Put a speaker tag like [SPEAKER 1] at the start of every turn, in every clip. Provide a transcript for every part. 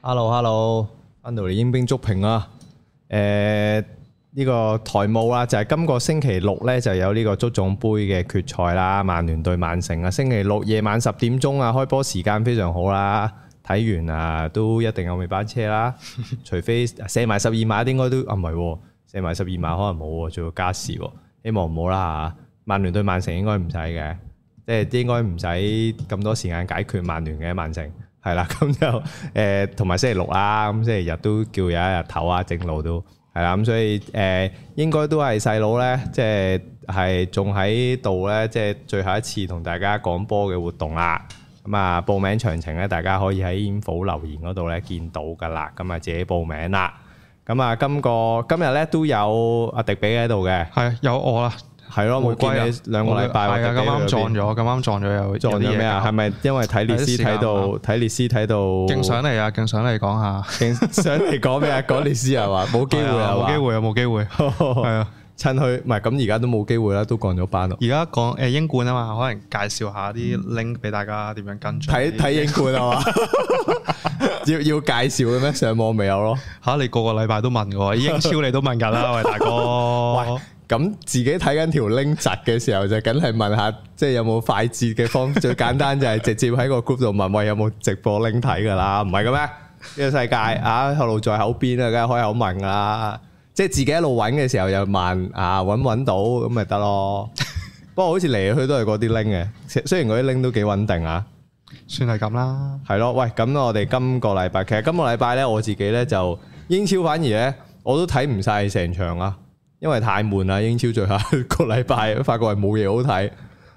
[SPEAKER 1] Hello，Hello，翻到嚟英兵足評啊！诶、呢、個台務啦，就係今個星期六咧就有呢個足總杯嘅決賽啦，曼聯對曼城啊，星期六夜晚十點鐘啊，開波時間非常好啦。睇完啊，都一定有尾班車啦，除非射埋十二碼，應該都啊唔係喎，射埋十二碼可能冇喎，仲要加時喎，希望唔好啦嚇。曼聯對曼城應該唔使嘅，即係應該唔使咁多時間解決曼聯嘅曼城。係啦，咁就誒同埋星期六啦，咁星期日都叫有一日唞啊，正路都係啦，咁所以誒、呃、應該都係細佬咧，即係係仲喺度咧，即係最後一次同大家講波嘅活動啦。咁啊，報名詳情咧，大家可以喺 info 留言嗰度咧見到噶啦，咁啊自己報名啦。咁啊，今個今日咧都有阿迪比喺度嘅，
[SPEAKER 2] 係啊有我啦，
[SPEAKER 1] 係咯，冇
[SPEAKER 2] 回歸
[SPEAKER 1] 見
[SPEAKER 2] 啊
[SPEAKER 1] 你兩個禮拜，
[SPEAKER 2] 係啊，
[SPEAKER 1] 迪比
[SPEAKER 2] 咁
[SPEAKER 1] 去
[SPEAKER 2] 啱
[SPEAKER 1] 咗
[SPEAKER 2] 撞
[SPEAKER 1] 邊
[SPEAKER 2] 咗，咁啱撞咗有
[SPEAKER 1] 撞咗咩啊？係
[SPEAKER 2] 係
[SPEAKER 1] 咪因為睇列斯
[SPEAKER 2] 有啲時間啊
[SPEAKER 1] 睇到睇列斯睇到
[SPEAKER 2] 勁想嚟啊！勁想嚟講下，
[SPEAKER 1] 勁想嚟講 咩啊？講列斯係嘛？冇機會
[SPEAKER 2] 係啊
[SPEAKER 1] 係
[SPEAKER 2] 冇機
[SPEAKER 1] 嘛？
[SPEAKER 2] 會啊！冇 機會，係啊！
[SPEAKER 1] 趁佢唔係咁，而家都冇機會啦，都降咗 班咯。
[SPEAKER 2] 而家講誒英冠啊嘛，可能介紹下啲 link 俾大家點樣跟
[SPEAKER 1] 嗯
[SPEAKER 2] 進。
[SPEAKER 1] 睇睇英冠係嘛？ 要要介紹嘅咩？上網未有咯？
[SPEAKER 2] 嚇你個個禮拜都問嘅喎，英超你都問 緊啦，喂大哥。
[SPEAKER 1] 咁自己睇緊條 link 集嘅時候，就梗係問下，即係有冇快捷嘅方？最簡單就係直接喺個 group 度問，喂有冇直播 link 睇㗎啦？唔係嘅咩？呢個世界啊，後路在口邊啊，梗係開口問㗎啦。即係自己一路揾嘅時候又問啊，揾唔揾到咁咪得咯。不過好似嚟嚟去去都係嗰啲 link 嘅，雖然嗰啲 link 都幾穩定啊。
[SPEAKER 2] 算係咁啦，
[SPEAKER 1] 係咯，喂，咁我哋今個禮拜，其實今個禮拜咧，我自己咧就英超反而咧，我都睇唔晒成場啊，因為太悶啦。英超最後一個 禮拜，發覺係冇嘢好睇。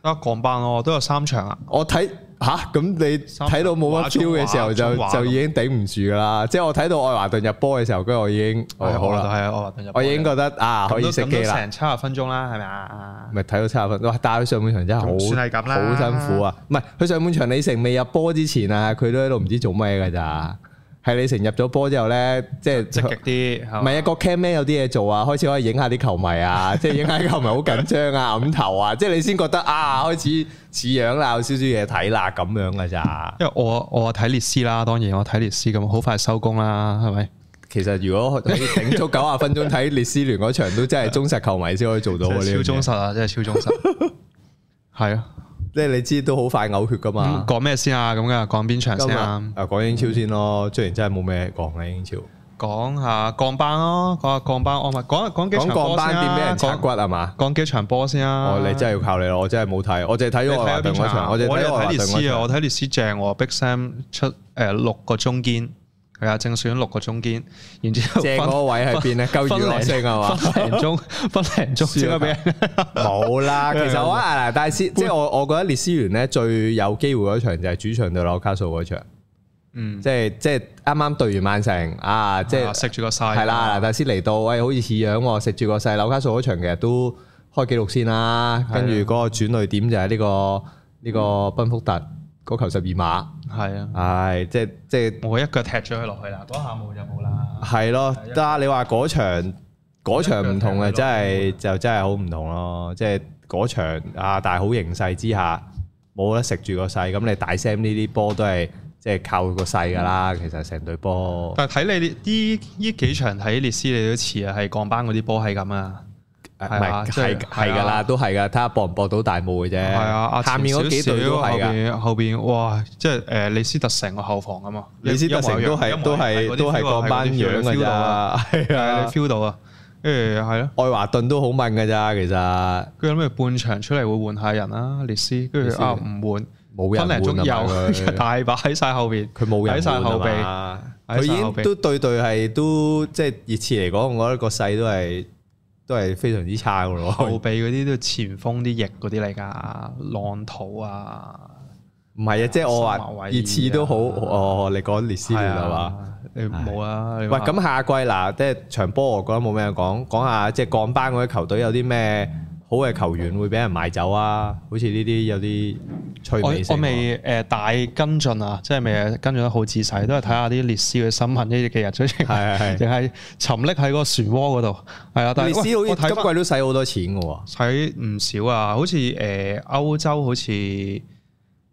[SPEAKER 2] 得啊降班咯，都有三場啊。
[SPEAKER 1] 我睇吓，咁你睇到冇乜 feel 嘅時候，就
[SPEAKER 2] 中華
[SPEAKER 1] 就已經頂唔住噶啦。即係我睇到愛華頓入波嘅時候，跟住我已經，哦好
[SPEAKER 2] 就
[SPEAKER 1] 啦，
[SPEAKER 2] 係啊我話
[SPEAKER 1] 我已經覺得啊可以熄機啦。
[SPEAKER 2] 成七十分鐘啦，係咪啊？
[SPEAKER 1] 咪睇到七十分，哇！但係佢上半場真係好，
[SPEAKER 2] 咁算係咁啦
[SPEAKER 1] 好辛苦啊！唔係佢上半場李成未入波之前啊，佢都喺度唔知做咩㗎咋。係李成入咗波之後咧，即係
[SPEAKER 2] 積極啲，
[SPEAKER 1] 唔係啊，個 cam man 有啲嘢做啊，開始可以影下啲球迷 啊，即係影下啲球迷好緊張啊，揞頭啊，即係你先覺得啊，開始似樣啦，有少少嘢睇啦，咁樣㗎咋。
[SPEAKER 2] 因為我我睇列斯啦，當然我睇列斯咁，好快收工啦，係咪？
[SPEAKER 1] 其實如 果可以頂足九十分鐘睇列斯聯嗰場，都真係忠實球迷先可以做到啊！呢
[SPEAKER 2] 真係
[SPEAKER 1] 樣
[SPEAKER 2] 超
[SPEAKER 1] 嘢
[SPEAKER 2] 忠實啊，真係超忠 實。係啊，
[SPEAKER 1] 即係你知都好快嘔血㗎嘛
[SPEAKER 2] 咁。講咩先啊？咁嘅講邊場
[SPEAKER 1] 今日
[SPEAKER 2] 先
[SPEAKER 1] 啊
[SPEAKER 2] 啊？
[SPEAKER 1] 講英超先咯，雖然真係冇咩講啦，英超。
[SPEAKER 2] 講下降班咯，講下降班安排，講講幾
[SPEAKER 1] 講
[SPEAKER 2] 場
[SPEAKER 1] 降
[SPEAKER 2] 波
[SPEAKER 1] 班
[SPEAKER 2] 先
[SPEAKER 1] 點
[SPEAKER 2] 啊？
[SPEAKER 1] 俾人拆骨
[SPEAKER 2] 講
[SPEAKER 1] 係嘛？
[SPEAKER 2] 講幾場波先啊？
[SPEAKER 1] 哦，你真係要靠你咯，我真係冇睇，我淨係睇
[SPEAKER 2] 你
[SPEAKER 1] 咗愛
[SPEAKER 2] 睇
[SPEAKER 1] 華
[SPEAKER 2] 下
[SPEAKER 1] 頓
[SPEAKER 2] 邊
[SPEAKER 1] 嗰
[SPEAKER 2] 場
[SPEAKER 1] 場，
[SPEAKER 2] 啊？
[SPEAKER 1] 我淨係
[SPEAKER 2] 我
[SPEAKER 1] 睇
[SPEAKER 2] 又
[SPEAKER 1] 咗愛
[SPEAKER 2] 睇
[SPEAKER 1] 華頓
[SPEAKER 2] 列
[SPEAKER 1] 嗰
[SPEAKER 2] 斯啊，
[SPEAKER 1] 場。
[SPEAKER 2] 我睇列斯正喎，Big Sam 出誒六個中堅，係啊，正選六個中堅，然之後
[SPEAKER 1] 正嗰個位喺邊咧？鳩娛樂星啊係嘛？
[SPEAKER 2] 分零鐘，分零鐘即刻 俾人
[SPEAKER 1] 冇 啦，其實我啊，但係先即係我我覺得列斯聯咧最有機會嗰場就係主場對紐卡素嗰場，
[SPEAKER 2] 嗯，
[SPEAKER 1] 即係即係啱啱對完曼城啊，即
[SPEAKER 2] 即
[SPEAKER 1] 係
[SPEAKER 2] 係食住個曬。
[SPEAKER 1] 係啦，但係先嚟到，喂，好似似樣喎，食住個細紐卡素嗰場其實都開紀錄先啦，跟住嗰個轉淚點就係呢個呢個奔福特嗰球十二碼，
[SPEAKER 2] 係啊，
[SPEAKER 1] 唉，即係即係。
[SPEAKER 2] 我一腳踢咗佢落去啦，嗰下冇就冇啦。
[SPEAKER 1] 係咯，得啊！你話嗰場嗰場唔同啊，
[SPEAKER 2] 一腳踢佢落
[SPEAKER 1] 真係就真係好唔同咯。即係嗰場啊，大好形勢之下，冇得食住個勢。咁你大 Sam 呢啲波都係即係靠個勢㗎啦。其實成隊波
[SPEAKER 2] 但係睇你呢呢呢幾場睇列斯，你都似啊，係降班嗰啲波係咁啊。
[SPEAKER 1] 唔
[SPEAKER 2] 係
[SPEAKER 1] 係
[SPEAKER 2] 啊即係
[SPEAKER 1] 係係㗎啦，都係㗎。睇下搏唔搏到大霧嘅啫。
[SPEAKER 2] 係啊，阿
[SPEAKER 1] 下面嗰幾隊都係㗎。
[SPEAKER 2] 㗎。後邊哇，即係誒李斯特城個後防啊嘛，
[SPEAKER 1] 李斯特城都
[SPEAKER 2] 一模一
[SPEAKER 1] 係
[SPEAKER 2] 樣
[SPEAKER 1] 都係都係
[SPEAKER 2] 啊
[SPEAKER 1] 降班樣㗎，咋，係
[SPEAKER 2] 係
[SPEAKER 1] 啊
[SPEAKER 2] 你。feel 到啊，跟住係咯。
[SPEAKER 1] 愛華頓都好問㗎咋，其實
[SPEAKER 2] 跟住諗住半場出嚟會換下人啦，列斯，跟
[SPEAKER 1] 列
[SPEAKER 2] 住
[SPEAKER 1] 斯
[SPEAKER 2] 啊唔換，
[SPEAKER 1] 冇人
[SPEAKER 2] 分零
[SPEAKER 1] 換啊嘛
[SPEAKER 2] 鐘
[SPEAKER 1] 佢
[SPEAKER 2] 又 大把喺晒後邊。
[SPEAKER 1] 佢冇人
[SPEAKER 2] 喺晒
[SPEAKER 1] 換
[SPEAKER 2] 後
[SPEAKER 1] 啊
[SPEAKER 2] 備
[SPEAKER 1] 嘛佢
[SPEAKER 2] 喺
[SPEAKER 1] 已
[SPEAKER 2] 晒
[SPEAKER 1] 經
[SPEAKER 2] 後備
[SPEAKER 1] 都對對係都即係熱刺嚟講，我覺得個勢都係都係非常之差嘅
[SPEAKER 2] 後
[SPEAKER 1] 咯。
[SPEAKER 2] 備嗰啲都前鋒啲翼嗰啲嚟㗎，浪土啊，
[SPEAKER 1] 唔係啊，即係我
[SPEAKER 2] 森馬維
[SPEAKER 1] 話
[SPEAKER 2] 爾
[SPEAKER 1] 熱刺都好
[SPEAKER 2] 啊
[SPEAKER 1] 哦，你講列斯聯係嘛？
[SPEAKER 2] 啊，你冇啊？
[SPEAKER 1] 喂，
[SPEAKER 2] 喂
[SPEAKER 1] 咁下季嗱，即係場波，我覺得冇咩講，講下即係降班嗰啲球隊有啲咩好嘅球員會俾人買走啊？好似呢啲有啲趣
[SPEAKER 2] 我
[SPEAKER 1] 味性
[SPEAKER 2] 我
[SPEAKER 1] 喎。
[SPEAKER 2] 未誒大跟進啊，即係未
[SPEAKER 1] 嗯
[SPEAKER 2] 跟進得好仔細，都係睇下啲列斯嘅新聞呢幾日，最近
[SPEAKER 1] 係係係
[SPEAKER 2] 淨係沉溺喺個漩渦嗰度，係啊，但係
[SPEAKER 1] 列斯好似
[SPEAKER 2] 喂
[SPEAKER 1] 今
[SPEAKER 2] 我睇
[SPEAKER 1] 季
[SPEAKER 2] 返
[SPEAKER 1] 都使好多錢嘅喎。
[SPEAKER 2] 使唔少啊，好似誒、呃、歐洲好似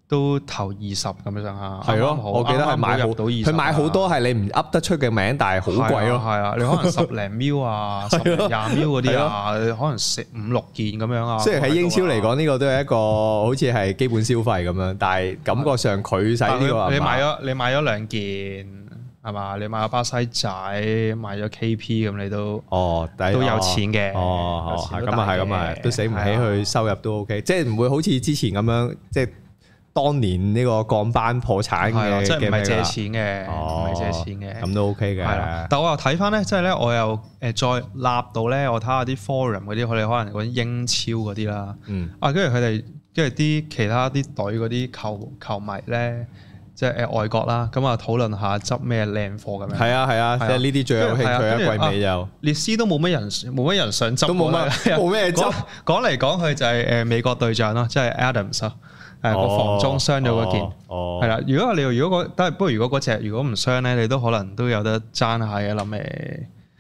[SPEAKER 2] 都頭二十咁上下，
[SPEAKER 1] 係
[SPEAKER 2] 啱啱
[SPEAKER 1] 咯，
[SPEAKER 2] 好
[SPEAKER 1] 我記得
[SPEAKER 2] 啱
[SPEAKER 1] 係
[SPEAKER 2] 啱
[SPEAKER 1] 買
[SPEAKER 2] 好
[SPEAKER 1] 好，
[SPEAKER 2] 入到二十，啊
[SPEAKER 1] 佢買好多係你唔噏得出嘅名，但係好貴咯。
[SPEAKER 2] 係啊，係 啊你可能十零秒啊，十零廿秒嗰啲啊，你可能食五六件咁樣啊。
[SPEAKER 1] 雖然喺英超嚟
[SPEAKER 2] 講，
[SPEAKER 1] 講，呢個都係一個好似係基本消費咁樣，但係感覺上佢使
[SPEAKER 2] 但
[SPEAKER 1] 呢
[SPEAKER 2] 係
[SPEAKER 1] 個
[SPEAKER 2] 你你買咗你買咗兩件係嘛？你買咗巴西仔，買咗 KP 咁，你都
[SPEAKER 1] 哦，都
[SPEAKER 2] 都有錢嘅
[SPEAKER 1] 哦，哦
[SPEAKER 2] 有錢都
[SPEAKER 1] 咁啊
[SPEAKER 2] 大
[SPEAKER 1] 係，
[SPEAKER 2] 嘅
[SPEAKER 1] 咁啊係，都死唔起佢
[SPEAKER 2] 係
[SPEAKER 1] 收入都 OK，即係唔會好似之前咁樣，即係當年呢個鋼班破產
[SPEAKER 2] 係啊，
[SPEAKER 1] 嘅，
[SPEAKER 2] 即係唔係
[SPEAKER 1] 嘅咩
[SPEAKER 2] 借
[SPEAKER 1] 啦
[SPEAKER 2] 錢嘅，唔
[SPEAKER 1] 哦
[SPEAKER 2] 係借錢嘅。
[SPEAKER 1] 咁都 OK 嘅，
[SPEAKER 2] 係啦，但我又睇翻咧，即係咧，我又誒再立到咧，我睇下啲 forum 嗰啲，佢哋可能嗰啲英超嗰啲啦，
[SPEAKER 1] 嗯，
[SPEAKER 2] 啊，跟住佢哋，跟住啲其他啲隊嗰啲球球迷咧，即係誒外國啦，咁啊討論下執咩靚貨咁樣。
[SPEAKER 1] 係啊係啊，
[SPEAKER 2] 係
[SPEAKER 1] 即
[SPEAKER 2] 啊
[SPEAKER 1] 係呢啲最有興趣
[SPEAKER 2] 跟
[SPEAKER 1] 啊，
[SPEAKER 2] 住係啊
[SPEAKER 1] 季尾又
[SPEAKER 2] 列斯都冇乜人，冇乜人想執
[SPEAKER 1] 都冇
[SPEAKER 2] 過啦
[SPEAKER 1] 乜 冇咩
[SPEAKER 2] 講
[SPEAKER 1] 執，
[SPEAKER 2] 講嚟講去就係誒美國隊長咯，即係 Adams 咯，誒個防中傷咗嗰件
[SPEAKER 1] 哦，哦，
[SPEAKER 2] 係啦。如果你如果嗰，但係不過如果嗰隻如果唔傷咧，你都可能都有得爭下嘅諗嚟。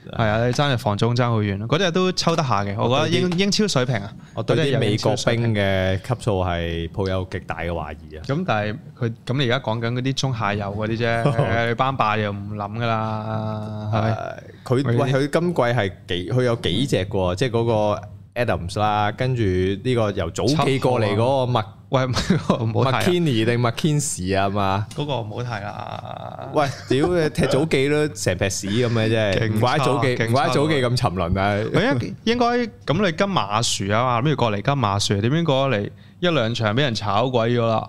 [SPEAKER 2] 係啊，你爭隻防中爭好遠咯，嗰隻都抽得下嘅，我覺得
[SPEAKER 1] 我對啲
[SPEAKER 2] 英英超水平啊，
[SPEAKER 1] 我對
[SPEAKER 2] 嗰隻
[SPEAKER 1] 啲
[SPEAKER 2] 有
[SPEAKER 1] 美
[SPEAKER 2] 英
[SPEAKER 1] 國
[SPEAKER 2] 超水
[SPEAKER 1] 兵
[SPEAKER 2] 平
[SPEAKER 1] 嘅級數係抱有極大嘅懷疑啊！
[SPEAKER 2] 咁但係佢咁你而家講緊嗰啲中下游嗰啲 啫，你班霸又唔諗噶啦，係咪？
[SPEAKER 1] 誒佢
[SPEAKER 2] 喂
[SPEAKER 1] 喂佢今季係幾佢有幾隻嘅喎，即係嗰個 Adams 啦，跟住呢個由早
[SPEAKER 2] 啊
[SPEAKER 1] 幾過嚟嗰個麥
[SPEAKER 2] 喂，唔係唔好提啦，
[SPEAKER 1] McKinney 定 McKinsey 啊嘛？
[SPEAKER 2] 嗰個唔好提啦。
[SPEAKER 1] 喂，屌你踢早記都成劈屎咁嘅啫，
[SPEAKER 2] 勁
[SPEAKER 1] 唔怪得早記
[SPEAKER 2] 差勁
[SPEAKER 1] 唔怪得
[SPEAKER 2] 差
[SPEAKER 1] 早記咁沉淪啊！
[SPEAKER 2] 喂，應應該咁你跟馬樹啊嘛，諗住過嚟跟馬樹，點樣過嚟一兩場俾人炒鬼咗啦，